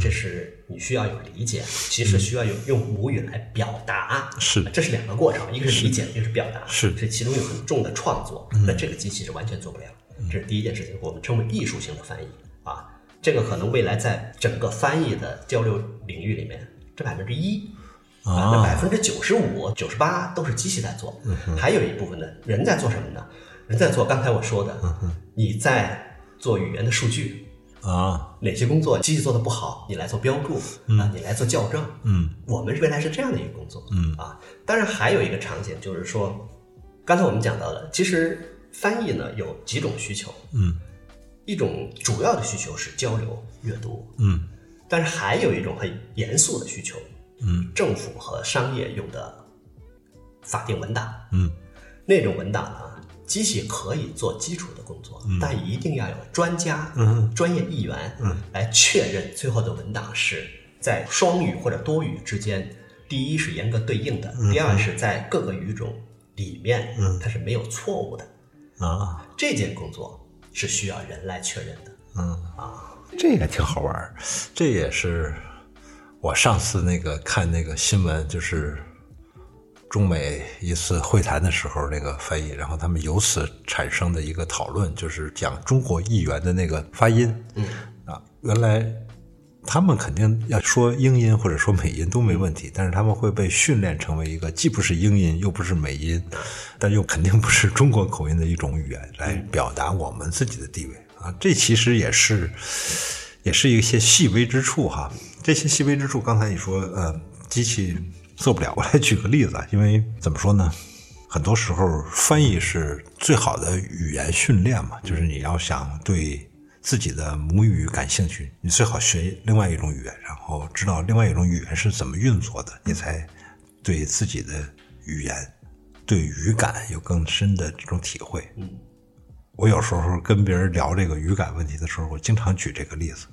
Speaker 3: 这是你需要有理解，其实需要有用母语来表达，
Speaker 2: 嗯是
Speaker 3: 这是两个过程，一个是理解，一个是表达，
Speaker 2: 是嗯
Speaker 3: 这其中有很重的创作，那这个机器是完全做不了，这是第一件事情，我们称为艺术性的翻译啊，这个可能未来在整个翻译的交流领域里面，这百分之一。啊，那百
Speaker 2: 啊，
Speaker 3: 分之九十五、九十八都是机器在做，还有一部分呢，人在做什么呢？人在做刚才我说的，你在做语言的数据，
Speaker 2: 啊，
Speaker 3: 哪些工作机器做的不好，你来做标注、啊，你来做校正。
Speaker 2: 嗯
Speaker 3: 我们未来是这样的一个工作，
Speaker 2: 嗯
Speaker 3: 啊，当然还有一个场景就是说，刚才我们讲到的，其实翻译呢有几种需求，
Speaker 2: 嗯
Speaker 3: 一种主要的需求是交流、阅读，
Speaker 2: 嗯
Speaker 3: 但是还有一种很严肃的需求，
Speaker 2: 嗯，
Speaker 3: 政府和商业用的法定文档，
Speaker 2: 嗯
Speaker 3: 那种文档呢，机器可以做基础的工作，但一定要有专家、
Speaker 2: 嗯
Speaker 3: 专业议员、来确认最后的文档是在双语或者多语之间，第一是严格对应的，
Speaker 2: 嗯
Speaker 3: 第二是在各个语种里面、它是没有错误的。
Speaker 2: 啊，
Speaker 3: 这件工作是需要人来确认的。
Speaker 2: 这个挺好玩儿，这也是我上次那个看那个新闻，就是中美一次会谈的时候那个翻译，然后他们由此产生的一个讨论，就是讲中国议员的那个发音，嗯啊，原来他们肯定要说英音或者说美音都没问题，但是他们会被训练成为一个既不是英音又不是美音，但又肯定不是中国口音的一种语言来表达我们自己的地位啊。啊，这其实也是也是一些细微之处哈。这些细微之处，刚才你说，呃，机器做不了。我来举个例子啊， 因为怎么说呢，很多时候翻译是最好的语言训练嘛，就是你要想对自己的母语感兴趣，你最好学另外一种语言，然后知道另外一种语言是怎么运作的，你才对自己的语言、对语感有更深的这种体会。
Speaker 3: 嗯，
Speaker 2: 我有时候跟别人聊这个语感问题的时候，我经常举这个例子，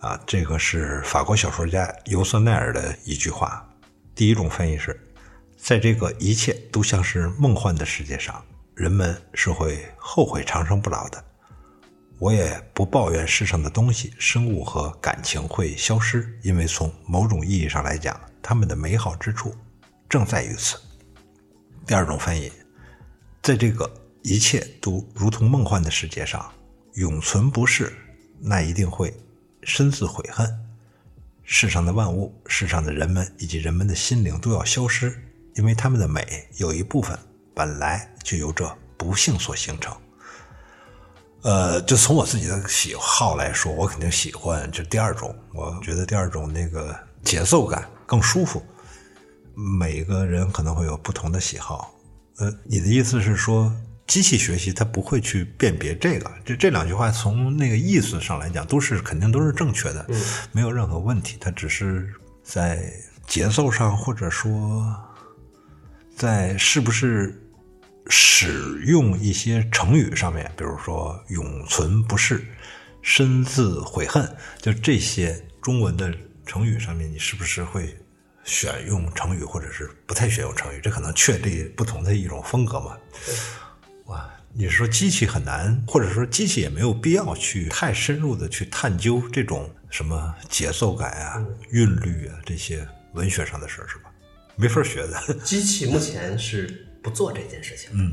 Speaker 2: 啊，这个是法国小说家尤瑟奈尔的一句话。第一种翻译是，在这个一切都像是梦幻的世界上，人们是会后悔长生不老的。我也不抱怨世上的东西、生物和感情会消失，因为从某种意义上来讲，它们的美好之处正在于此。第二种翻译，在这个一切都如同梦幻的世界上，永存不逝，那一定会深自悔恨。世上的万物、世上的人们以及人们的心灵都要消失，因为他们的美有一部分本来就由这不幸所形成。呃，就从我自己的喜好来说，我肯定喜欢就第二种，我觉得第二种那个节奏感更舒服。每个人可能会有不同的喜好。呃，你的意思是说，机器学习它不会去辨别这个？这这两句话从那个意思上来讲，都是肯定都是正确的，没有任何问题。它只是在节奏上，或者说在是不是使用一些成语上面，比如说“永存不逝”“深自悔恨”，就这些中文的成语上面，你是不是会选用成语，或者是不太选用成语？这可能确立不同的一种风格嘛。哇，你是说机器很难，或者说机器也没有必要去太深入的去探究这种什么节奏感啊、韵律啊这些文学上的事儿，是吧？没法学的。
Speaker 3: 机器目前是不做这件事情。
Speaker 2: 嗯，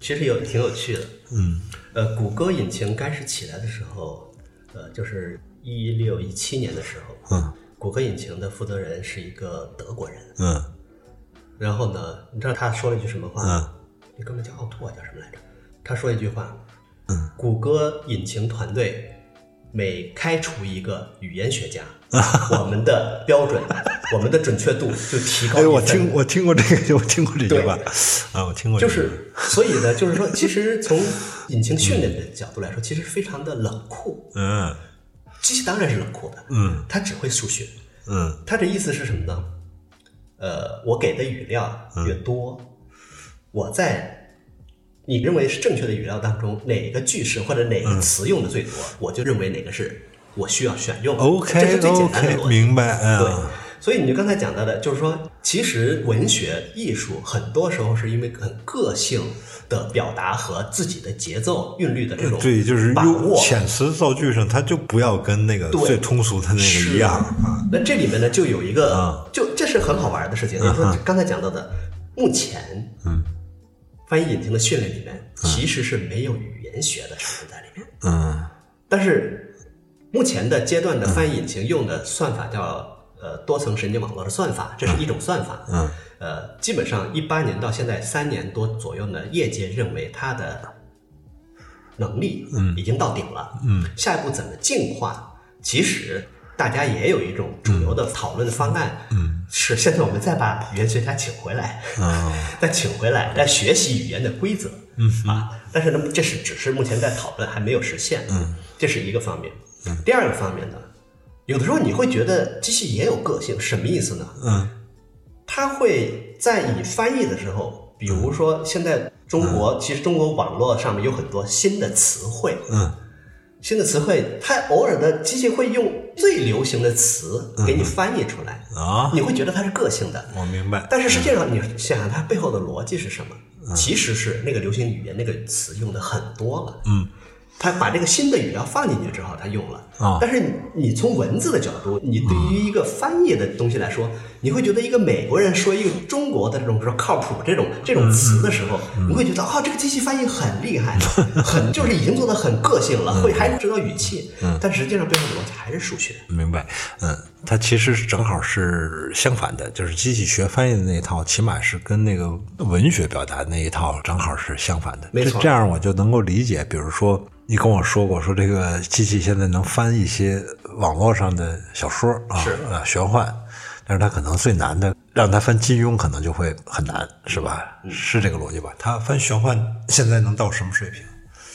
Speaker 3: 其实有挺有趣的。
Speaker 2: 嗯
Speaker 3: 呃，谷歌引擎开始起来的时候，呃，就是一六一七年的时候，
Speaker 2: 嗯
Speaker 3: 谷歌引擎的负责人是一个德国人。
Speaker 2: 嗯
Speaker 3: 然后呢，你知道他说了一句什么话？
Speaker 2: 嗯，
Speaker 3: 那哥们叫奥拓啊，叫什么来着？他说一句话，
Speaker 2: 嗯，
Speaker 3: 谷歌引擎团队每开除一个语言学 家，我们的标准，我们的准确度就提高
Speaker 2: 哎，
Speaker 3: 一分。
Speaker 2: 我听我听过这个， 我听过这句话
Speaker 3: 对
Speaker 2: 啊，我听过这
Speaker 3: 就
Speaker 2: 句话，
Speaker 3: 是，所以呢，就是说，其实从引擎训练的角度来说，其实非常的冷酷。
Speaker 2: 嗯
Speaker 3: 机器当然是冷酷的，
Speaker 2: 嗯
Speaker 3: 它只会数学。
Speaker 2: 嗯
Speaker 3: 它这意思是什么呢？呃，我给的语料
Speaker 2: 嗯
Speaker 3: 越多，我在你认为是正确的语料当中，哪个句式或者哪
Speaker 2: 嗯
Speaker 3: 个词用的最多，我就认为哪个是我需要选用的。这
Speaker 2: ，OK
Speaker 3: 是最简单的
Speaker 2: OK，
Speaker 3: 逻辑。
Speaker 2: 明白，
Speaker 3: 对
Speaker 2: 嗯，
Speaker 3: 所以你就刚才讲到的，就是说，其实文学艺术很多时候是因为很个性的表达和自己的节奏、韵律的这种
Speaker 2: 对，就是
Speaker 3: 把
Speaker 2: 用
Speaker 3: 握。
Speaker 2: 遣词造句上，它就不要跟那个
Speaker 3: 对
Speaker 2: 最通俗的那个一
Speaker 3: 是
Speaker 2: 样啊，
Speaker 3: 那这里面呢，就有一个，
Speaker 2: 啊
Speaker 3: 就这是很好玩的事情。就是说刚才讲到的，目前，
Speaker 2: 嗯，
Speaker 3: 翻译引擎的训练里面其实是没有语言学的成分在里面，
Speaker 2: 嗯
Speaker 3: 但是目前的阶段的翻译引擎用的算法叫呃多层神经网络的算法，这是一种算法。
Speaker 2: 嗯
Speaker 3: 呃，基本上一八年到现在三年多左右呢，业界认为它的能力已经到顶了。
Speaker 2: 嗯，
Speaker 3: 下一步怎么进化？其实大家也有一种主流的讨论的方案。
Speaker 2: 嗯，
Speaker 3: 是现在我们再把语言学家请回来，
Speaker 2: 嗯
Speaker 3: 再请回来来学习语言的规则。嗯啊，但是呢，这是只是目前在讨论，还没有实现。嗯，这是一个方面。
Speaker 2: 嗯
Speaker 3: 第二个方面呢，有的时候你会觉得机器也有个性，什么意思呢？
Speaker 2: 嗯
Speaker 3: 它会在你翻译的时候，比如说现在中国、其实中国网络上面有很多新的词汇，
Speaker 2: 嗯
Speaker 3: 新的词汇，它偶尔的机器会用最流行的词给你翻译出来，
Speaker 2: 嗯啊，
Speaker 3: 你会觉得它是个性的。
Speaker 2: 我明白，
Speaker 3: 但是实际
Speaker 2: 嗯
Speaker 3: 上，你想想它背后的逻辑是什么？其实是那个流行语言那个词用的很多了，
Speaker 2: 嗯，
Speaker 3: 它把这个新的语料放进去之后，它用了。
Speaker 2: 啊嗯
Speaker 3: 但是你你从文字的角度，你对于一个翻译的东西来说，你会觉得一个美国人说一个中国的这种，比如说靠谱这种这
Speaker 2: 嗯
Speaker 3: 种词的时候，你会觉得啊，这个机器翻译很厉害，很就是已经做的很个性
Speaker 2: 嗯
Speaker 3: 了，会还知道语气，但实际上背后的逻辑还是数学。
Speaker 2: 明白，嗯，它其实是正好是相反的，就是机器学翻译的那一套，起码是跟那个文学表达的那一套正好是相反的。
Speaker 3: 没
Speaker 2: 这
Speaker 3: 错
Speaker 2: 这样我就能够理解。比如说，你跟我说过，说这个机器现在能翻一些网络上的小说啊，
Speaker 3: 是
Speaker 2: 啊，玄幻，但是它可能最难的，让它翻金庸可能就会很难，是吧？
Speaker 3: 嗯
Speaker 2: 是这个逻辑吧？它翻玄幻现在能到什么水平？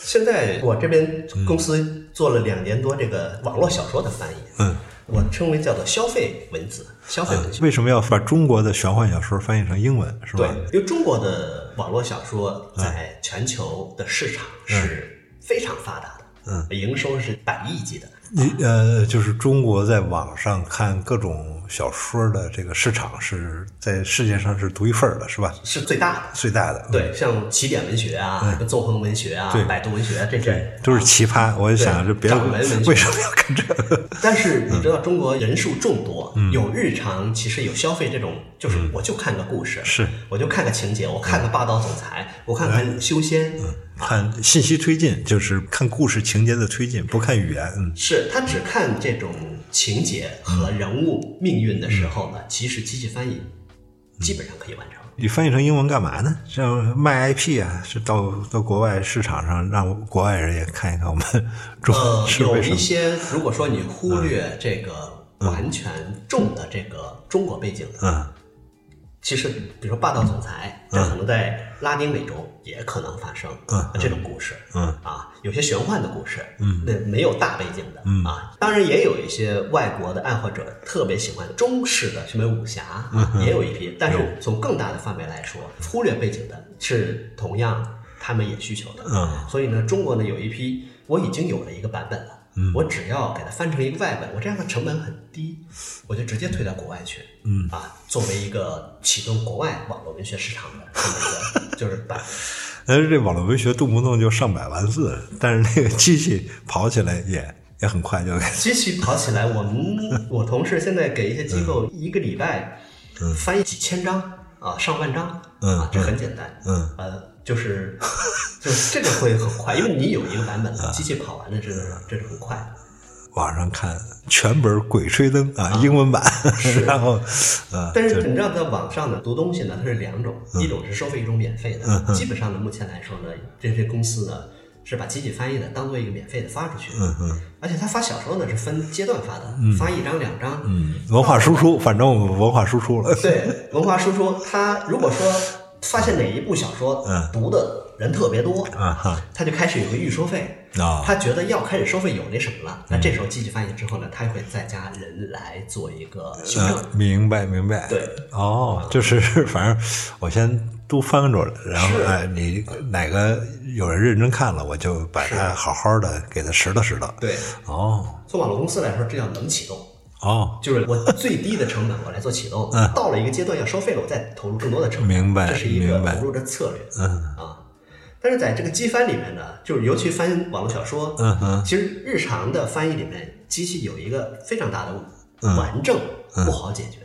Speaker 3: 现在我这边公司做了两年多这个网络小说的翻译，
Speaker 2: 嗯，啊
Speaker 3: 我称为叫做消费文字，消费文学。
Speaker 2: 为什么要把中国的玄幻小说翻译成英文？是吧？
Speaker 3: 对，因为中国的网络小说
Speaker 2: 啊
Speaker 3: 在全球的市场是
Speaker 2: 嗯
Speaker 3: 非常发达的，嗯，营收是百亿级的，
Speaker 2: 你呃，就是中国在网上看各种小说的这个市场是在世界上是独一份儿的，是吧？
Speaker 3: 是最大的。
Speaker 2: 最大的，嗯
Speaker 3: 对，像起点文学啊，纵横文学啊
Speaker 2: 对，
Speaker 3: 百度文学啊，这些
Speaker 2: 嗯，都是奇葩。我就想，这
Speaker 3: 对
Speaker 2: 别
Speaker 3: 掌门文学
Speaker 2: 为什么要看这个？
Speaker 3: 但是你知道，中国人数众多，
Speaker 2: 嗯
Speaker 3: 有日常，其实有消费这种，就是我就看个故事，
Speaker 2: 是嗯
Speaker 3: 我就看个情节，我看个霸道总裁，我看看修仙，
Speaker 2: 看信息推进，就是看故事情节的推进，不看语言。嗯，
Speaker 3: 是他只看这种情节和人物命运的时候呢，
Speaker 2: 嗯
Speaker 3: 其实机器翻译基本上可以完成。
Speaker 2: 你翻译成英文干嘛呢？这样卖 IP 啊，是到到国外市场上让国外人也看一看我们 中
Speaker 3: 呃
Speaker 2: 国， 是
Speaker 3: 有
Speaker 2: 为什
Speaker 3: 一
Speaker 2: 么？
Speaker 3: 些，如果说你忽略这个完全重的这个中国背景的，
Speaker 2: 嗯，
Speaker 3: 其实比如说霸道总裁，这可能在拉丁美洲也可能发生，
Speaker 2: 嗯
Speaker 3: 这种故事，
Speaker 2: 嗯
Speaker 3: 啊，有些玄幻的故事，嗯，那没有大背景的，
Speaker 2: 嗯
Speaker 3: 啊，当然也有一些外国的爱好者特别喜欢中式的什么武侠啊，也有一批，但是从更大的范围来说，忽略背景的是同样他们也需求的，
Speaker 2: 嗯，
Speaker 3: 所以呢，中国呢有一批我已经有了一个版本了。嗯、我只要给它翻成一个外本，我这样的成本很低，我就直接推到国外去。嗯啊，作为一个启动国外网络文学市场的这么一个就是版本，
Speaker 2: 但是这网络文学动不动就上百万字，但是那个机器跑起来也也很快就给
Speaker 3: 机器跑起来，我们我同事现在给一些机构一个礼拜翻译几千张啊，上万张
Speaker 2: 嗯
Speaker 3: 啊，这很简单。
Speaker 2: 嗯
Speaker 3: 呃，就是就是这个会很快，因为你有一个版本了，机器跑完了，这个这是很快的。
Speaker 2: 网上看全本《鬼吹灯》啊，英文版，然后呃，
Speaker 3: 但是嗯你知道，在网上呢读东西呢，它是两种，一种是收费，一种免费的。基本上呢，目前来说呢，这些公司呢是把机器翻译呢当做一个免费的发出去。嗯嗯。而且它发小说呢是分阶段发的，发一张两张。嗯。
Speaker 2: 文化输出，反正我们文化输出了，
Speaker 3: 对文化输出，它如果说发现哪一部小说
Speaker 2: 嗯
Speaker 3: 读的人特别多，
Speaker 2: 啊哈
Speaker 3: 他就开始有个预收费。
Speaker 2: 啊嗯
Speaker 3: 他觉得要开始收费有那什么了，那这时候机器翻译之后呢，他会再加人来做一个修正。
Speaker 2: 呃明白明白，
Speaker 3: 对，
Speaker 2: 哦，就是 反正我先都翻着了，然后
Speaker 3: 是
Speaker 2: 哎，你哪个有人认真看了，我就把它好好的给它拾掇拾掇，
Speaker 3: 啊对，
Speaker 2: 哦
Speaker 3: 从网络公司来说，这叫冷启动，
Speaker 2: 哦，
Speaker 3: 就是我最低的成本我来做启动，到了一个阶段要收费了，我再投入更多的成本。
Speaker 2: 嗯明白
Speaker 3: 这是一个
Speaker 2: 明白
Speaker 3: 投入的策略。嗯啊，但是在这个机翻里面呢，就是尤其翻网络小说，
Speaker 2: 嗯哼
Speaker 3: 其实日常的翻译里面，机器有一个非常大
Speaker 2: 嗯
Speaker 3: 的顽症、不好解决，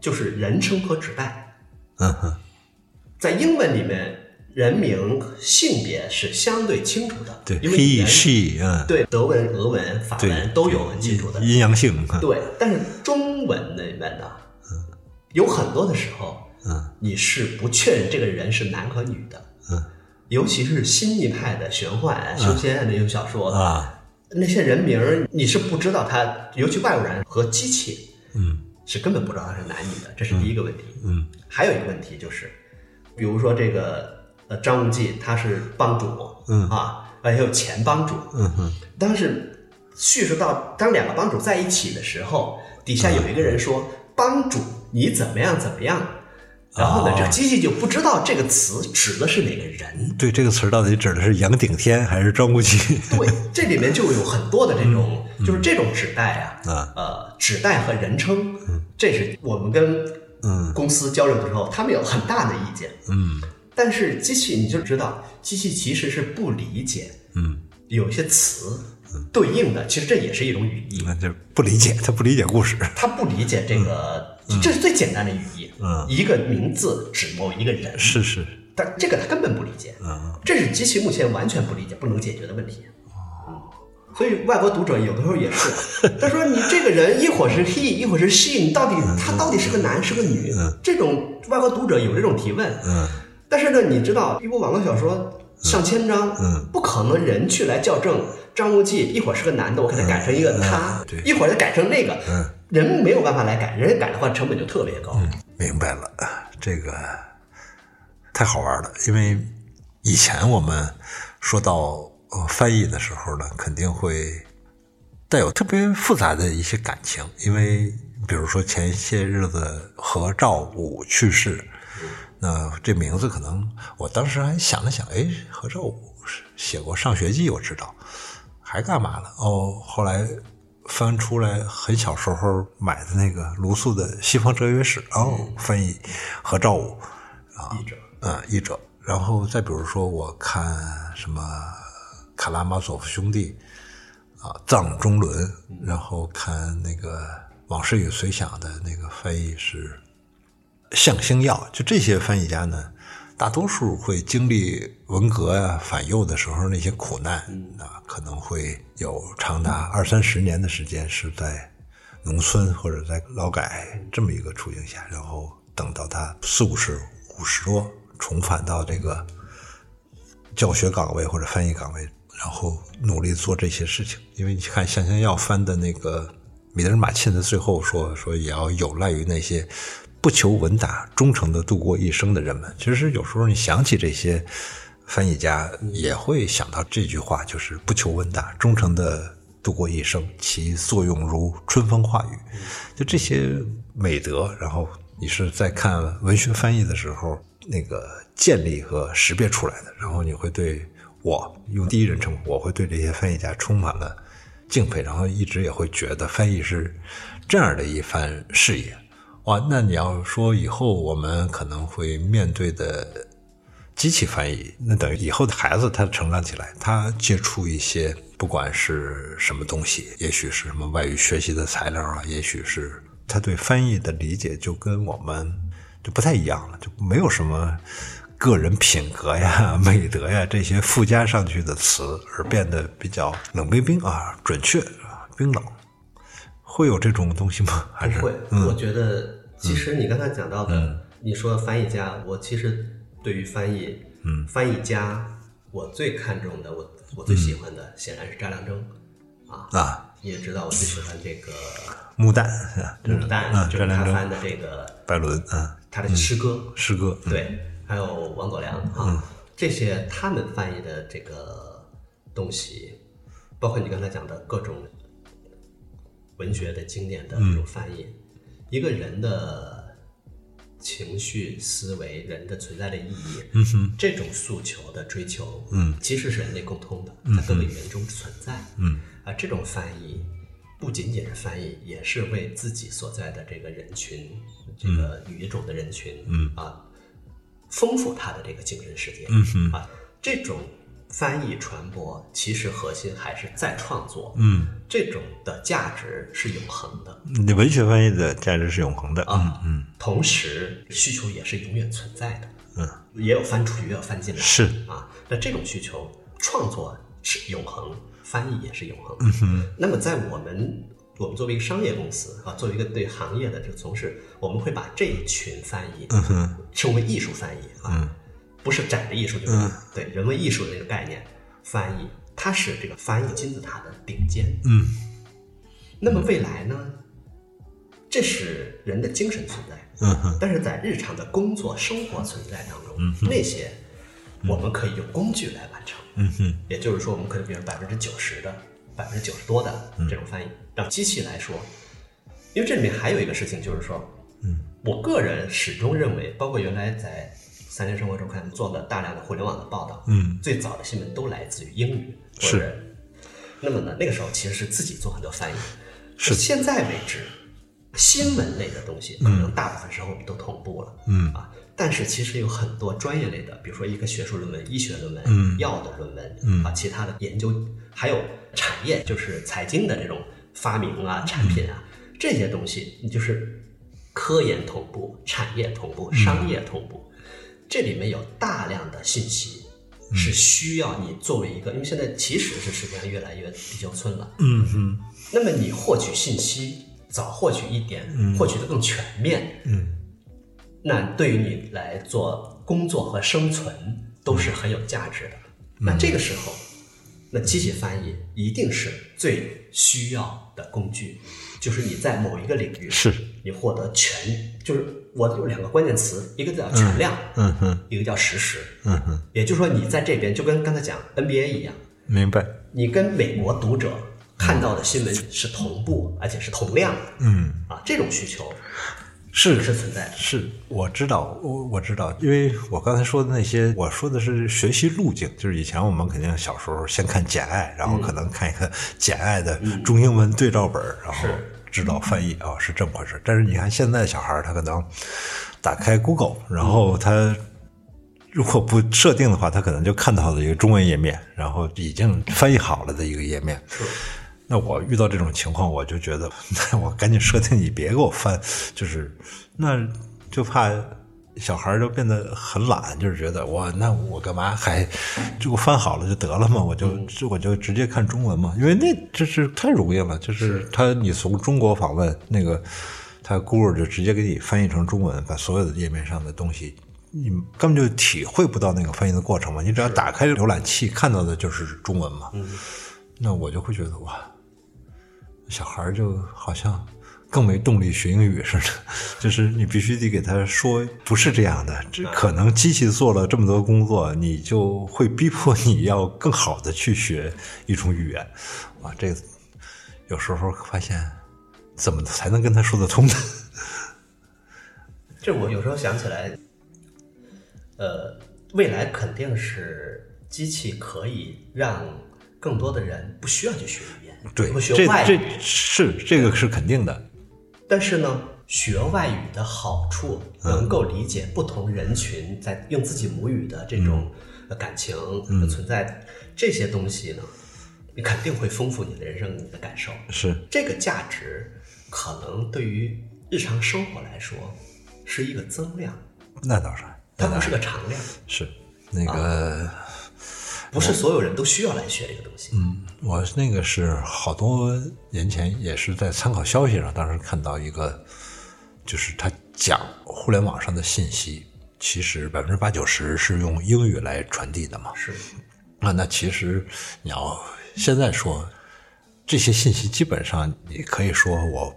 Speaker 3: 就是人称和指代。
Speaker 2: 嗯哼，
Speaker 3: 在英文里面，人名、性别是相对清楚的，
Speaker 2: 对
Speaker 3: 因为
Speaker 2: ，he
Speaker 3: 人
Speaker 2: she，嗯，
Speaker 3: 对德文、俄文、法
Speaker 2: 对
Speaker 3: 文都有很清楚的
Speaker 2: 阴阳性，嗯
Speaker 3: 对，但是中文里面呢，有很多的时候，
Speaker 2: 嗯，
Speaker 3: 你是不确认这个人是男和女的，
Speaker 2: 嗯，
Speaker 3: 尤其是新一派的玄幻啊、修仙啊那种小说，
Speaker 2: 啊，
Speaker 3: 那些人名儿你是不知道他，尤其外国人和机器
Speaker 2: 嗯
Speaker 3: 是根本不知道他是男女的，这是第一个问题。
Speaker 2: 嗯，
Speaker 3: 还有一个问题就是，比如说这个呃张无忌他是帮主，
Speaker 2: 嗯
Speaker 3: 啊，还有前帮主，嗯
Speaker 2: 嗯哼，
Speaker 3: 当时叙述到当两个帮主在一起的时候，底下有一个人说：“
Speaker 2: 嗯
Speaker 3: 帮主，你怎么样怎么样？”
Speaker 2: 啊
Speaker 3: 然后呢
Speaker 2: 哦，
Speaker 3: 这个机器就不知道这个词指的是哪个人。
Speaker 2: 对这个词儿到底指的是杨顶天还是张无忌？
Speaker 3: 对，这里面就有很多的这种，就是这种指代
Speaker 2: 嗯啊
Speaker 3: 啊，呃，指代和人称，这是我们跟
Speaker 2: 嗯
Speaker 3: 公司交流的时候，他们有很大的意见。
Speaker 2: 嗯
Speaker 3: 但是机器你就知道，机器其实是不理解
Speaker 2: 嗯。
Speaker 3: 有一些词对应的，其实这也是一种语义。
Speaker 2: 那就不理解，他不理解故事。
Speaker 3: 他不理解这个这是最简单的语义。
Speaker 2: 嗯
Speaker 3: 一个名字指某一个 人，
Speaker 2: 是是，
Speaker 3: 但这个他根本不理解。
Speaker 2: 嗯
Speaker 3: 这是机器目前完全不理解、不能解决的问题。所以外国读者有的时候也是，他说你这个人一会儿是 he，一会儿是 she，你到底
Speaker 2: 嗯
Speaker 3: 他到底是个男是个女？这种外国读者有这种提问。
Speaker 2: 嗯
Speaker 3: 但是呢，你知道一部网络小说上千章，
Speaker 2: 嗯
Speaker 3: 不可能人去来校正张无忌一会儿是个男的，我给他改成一个他，
Speaker 2: 嗯对
Speaker 3: 一会儿再改成那个，
Speaker 2: 嗯
Speaker 3: 人没有办法来改，人改的话成本就特别高。
Speaker 2: 明白了，这个太好玩了。因为以前我们说到呃翻译的时候呢，肯定会带有特别复杂的一些感情，因为比如说前些日子何兆武去世，那这名字可能我当时还想了想，哎，何兆武是写过《上学记》，我知道，还干嘛了？哦，后来翻出来很小时候买的那个卢素的《西方哲学史》，哦，翻译何兆武啊，译者，嗯，译者。然后再比如说，我看什么《卡拉马佐夫兄弟》啊，《藏中伦》，然后看那个《往事与随想》的那个翻译是向星耀，就这些翻译家呢，大多数会经历文革呀、反右的时候那些苦难啊，可能会有长达二三十年的时间是在农村或者在劳改这么一个处境下，然后等到他四五十、五十多重返到这个教学岗位或者翻译岗位，然后努力做这些事情。因为你看向星耀翻的那个米德尔马沁的最后说说也要有赖于那些不求闻达、忠诚的度过一生的人们。其实有时候你想起这些翻译家，也会想到这句话，就是不求闻达，忠诚的。度过一生，其作用如春风化雨。就这些美德，然后你是在看文学翻译的时候，那个建立和识别出来的。然后你会对我用第一人称，我会对这些翻译家充满了敬佩，然后一直也会觉得翻译是这样的一番事业。哇，那你要说以后我们可能会面对的机器翻译，那等于以后的孩子他成长起来，他接触一些不管是什么东西，也许是什么外语学习的材料啊，也许是他对翻译的理解就跟我们就不太一样了，就没有什么个人品格呀、 美德呀这些附加上去的词，而变得比较冷冰冰啊、准确啊、冰冷。会有这种东西吗？还是嗯
Speaker 3: 不会，我觉得其实你刚才讲到的，你说翻译家，我其实对于翻译，嗯，翻译家，我最看重的，我我最
Speaker 2: 嗯
Speaker 3: 喜欢的，显然是查良铮。
Speaker 2: 啊？
Speaker 3: 你也知道，我最喜欢这个
Speaker 2: 木蛋是吧
Speaker 3: 牡丹，
Speaker 2: 嗯
Speaker 3: 就是他翻的这个
Speaker 2: 拜伦啊，
Speaker 3: 他的诗歌，
Speaker 2: 诗歌，嗯
Speaker 3: 对，还有王狗良啊，这些他们翻译的这个东西，包括你刚才讲的各种文学的经典的这种翻译，一个人的情绪、思维、人的存在的意义，嗯哼，这种诉求的追求，嗯，其实是人类共通的，在各个语言中存在，嗯，啊，这种翻译。不仅仅是翻译，也是为自己所在的这个人群，这个语言种的人群，嗯啊，丰富他的这个精神世界。嗯哼啊，这种翻译传播其实核心还是再创作。嗯，这种的价值是永恒的
Speaker 2: 嗯你文学翻译的价值是永恒的，
Speaker 3: 啊。嗯，同时需求也是永远存在的。嗯，也有翻出，也有翻进来。
Speaker 2: 是
Speaker 3: 啊，那这种需求，创作是永恒，翻译也是永恒。嗯哼。那么在我们我们作为一个商业公司啊，作为一个对行业的这个从事，我们会把这一群翻译，嗯哼，称为艺术翻译啊，不是展的艺术，就是、对人文艺术的这个概念，翻译它是这个翻译金字塔的顶尖。
Speaker 2: 嗯。
Speaker 3: 那么未来呢？这是人的精神存在，
Speaker 2: 嗯哼，
Speaker 3: 但是在日常的工作、生活存在当中，那些我们可以用工具来完成。
Speaker 2: 嗯哼，
Speaker 3: 也就是说，我们可以比如百分之九十的、百分之九十多的这种翻译，让机器来说。因为这里面还有一个事情，就是说，嗯，我个人始终认为，包括原来在《三联生活周刊》做了大量的互联网的报道，
Speaker 2: 嗯，
Speaker 3: 最早的新闻都来自于英语，
Speaker 2: 是
Speaker 3: 或者。那么呢，那个时候其实是自己做很多翻译，
Speaker 2: 是
Speaker 3: 现在为止，新闻类的东西可能大部分时候我们都同步了，
Speaker 2: 嗯
Speaker 3: 啊，但是其实有很多专业类的，比如说一个学术论文、医学论文、
Speaker 2: 嗯
Speaker 3: 药的论文，啊，其他的研究，还有产业，
Speaker 2: 嗯
Speaker 3: 就是财经的这种发明啊、产品啊、这些东西，你就是。科研同步、产业同步、商业同步，这里面有大量的信息
Speaker 2: 嗯
Speaker 3: 是需要你作为一个，因为现在其实是世界上越来越地球村了，
Speaker 2: 嗯哼，
Speaker 3: 那么你获取信息早获取一点，获取的更全面，
Speaker 2: 嗯
Speaker 3: 那对于你来做工作和生存都是很有价值的。
Speaker 2: 嗯
Speaker 3: 那这个时候，那机器翻译一定是最需要的工具，就是你在某一个领域
Speaker 2: 是，
Speaker 3: 你获得全，就是我有两个关键词，一个叫全量，
Speaker 2: 嗯哼，
Speaker 3: 一个叫实时。
Speaker 2: 嗯哼，
Speaker 3: 也就是说，你在这边就跟刚才讲 NBA 一样，
Speaker 2: 明白，
Speaker 3: 你跟美国读者看到的新闻是同步，而且是同量的。
Speaker 2: 嗯。
Speaker 3: 啊，这种需求
Speaker 2: 是
Speaker 3: 是存在的。
Speaker 2: 是，我知道，我我知道，因为我刚才说的那些，我说的是学习路径，就是以前我们肯定小时候先看《简爱》，然后可能看一看《简爱》的中英文对照本，然后知道翻译啊、是这么回事。但是你看现在小孩儿，他可能打开 Google，然后他如果不设定的话，他可能就看到了一个中文页面，然后已经翻译好了的一个页面。那我遇到这种情况，我就觉得，那我赶紧设定，你别给我翻，就是，那就怕小孩儿就变得很懒，就是觉得我那我干嘛还这个翻好了就得了嘛，我就这我就直接看中文嘛，因为那这是太容易了，就是他你从中国访问那个，他 Google 就直接给你翻译成中文，把所有的页面上的东西。你根本就体会不到那个翻译的过程嘛，你只要打开浏览器看到的就是中文嘛。那我就会觉得哇，小孩儿就好像更没动力学英语似的，就是你必须得给他说不是这样的，这可能机器做了这么多工作，你就会逼迫你 要更好的去学一种语言，哇，这个有时候发现怎么才能跟他说得通呢？
Speaker 3: 这我有时候想起来，呃，未来肯定是机器可以让更多的人不需要去学语言，
Speaker 2: 对，
Speaker 3: 不
Speaker 2: 这
Speaker 3: 学外语
Speaker 2: 这，是这个是肯定的，
Speaker 3: 但是呢，学外语的好处能够理解不同人群在用自己母语的这种呃感情和存在、这些东西呢，你肯定会丰富你的人生，你的感受。
Speaker 2: 是
Speaker 3: 这个价值可能对于日常生活来说是一个增量，
Speaker 2: 那倒是，嗯
Speaker 3: 它不是个常量，
Speaker 2: 是那个。
Speaker 3: 不是所有人都需要来学这个东西。嗯，
Speaker 2: 我那个是好多年前，也是在参考消息上，当时看到一个，就是他讲互联网上的信息，其实百分之八九十是用英语来传递的嘛。
Speaker 3: 是
Speaker 2: 啊，那其实你要现在说这些信息，基本上你可以说我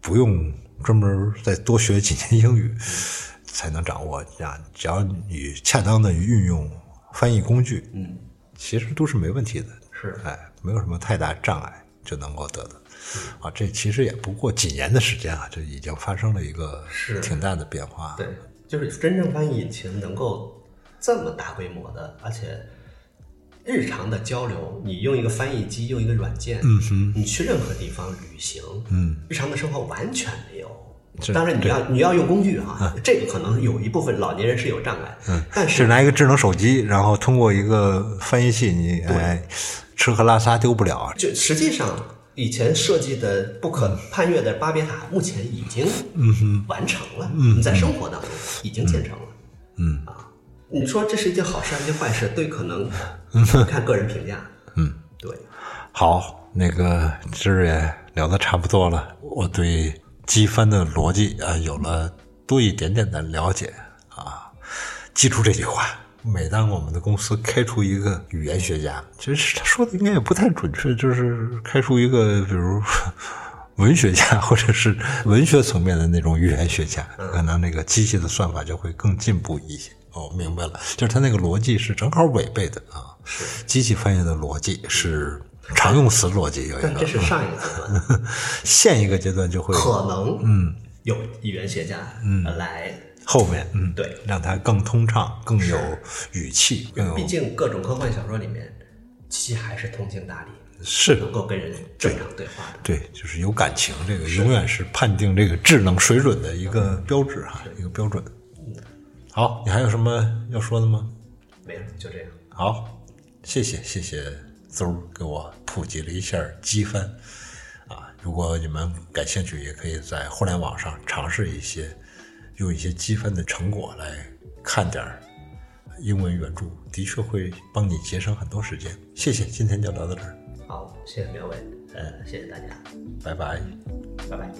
Speaker 2: 不用专门再多学几年英语 才能掌握啊，只要你恰当的运用翻译工具，
Speaker 3: 嗯，
Speaker 2: 其实都是没问题的。
Speaker 3: 是
Speaker 2: 哎，没有什么太大障碍就能够得的。啊，这其实也不过几年的时间啊，就已经发生了一个
Speaker 3: 是
Speaker 2: 挺大的变化。
Speaker 3: 对，啊就是真正翻译引擎能够这么大规模的，而且日常的交流，你用一个翻译机，用一个软件，嗯哼，你去任何地方旅行，
Speaker 2: 嗯，
Speaker 3: 日常的生活完全没有。
Speaker 2: 这
Speaker 3: 当然，你要你要用工具啊，这个可能有一部分老年人是有障碍，嗯，但
Speaker 2: 是
Speaker 3: 是
Speaker 2: 拿一个智能手机，然后通过一个翻译器，你
Speaker 3: 对
Speaker 2: 哎，吃喝拉撒丢不了。啊
Speaker 3: 就实际上以前设计的不可攀越的巴别塔，目前已经完成了，嗯、在生活当中已经建成了。
Speaker 2: 嗯
Speaker 3: 啊，你说这是一件好事还是一件坏事？对，可能看个人评价。嗯，对，
Speaker 2: 好，那个今儿也聊的差不多了，我对机翻的逻辑啊有了多一点点的了解啊。记住这句话：每当我们的公司开除一个语言学家，其实他说的应该也不太准确，就是开除一个比如文学家 或者是文学层面的那种语言学家，可能那个机器的算法就会更进步一些。哦，明白了，就是他那个逻辑是正好违背的啊。机器翻译的逻辑是常用词逻辑有一
Speaker 3: 但这
Speaker 2: 个，
Speaker 3: 是上一个阶段，
Speaker 2: 现一个阶段就会
Speaker 3: 可能嗯有语言学家嗯来，
Speaker 2: 后面嗯
Speaker 3: 对，
Speaker 2: 让它更通畅，更有语气，更有
Speaker 3: 毕竟各种科幻小说里面，其实还是通情达理，
Speaker 2: 是
Speaker 3: 能够跟人正常对话的。
Speaker 2: 对，就是有感情，这个永远是判定这个智能水准的一个标志哈，一个标准。好，你还有什么要说的吗？
Speaker 3: 没了，就这样。
Speaker 2: 好，谢谢谢谢邹儿给我普及了一下机翻啊，如果你们感兴趣，也可以在互联网上尝试一些，用一些积分的成果来看点儿英文原著，的确会帮你节省很多时间。谢谢，今天就聊到这儿，
Speaker 3: 好，谢谢苗伟，呃，谢谢大家，
Speaker 2: 拜拜。
Speaker 3: 拜拜。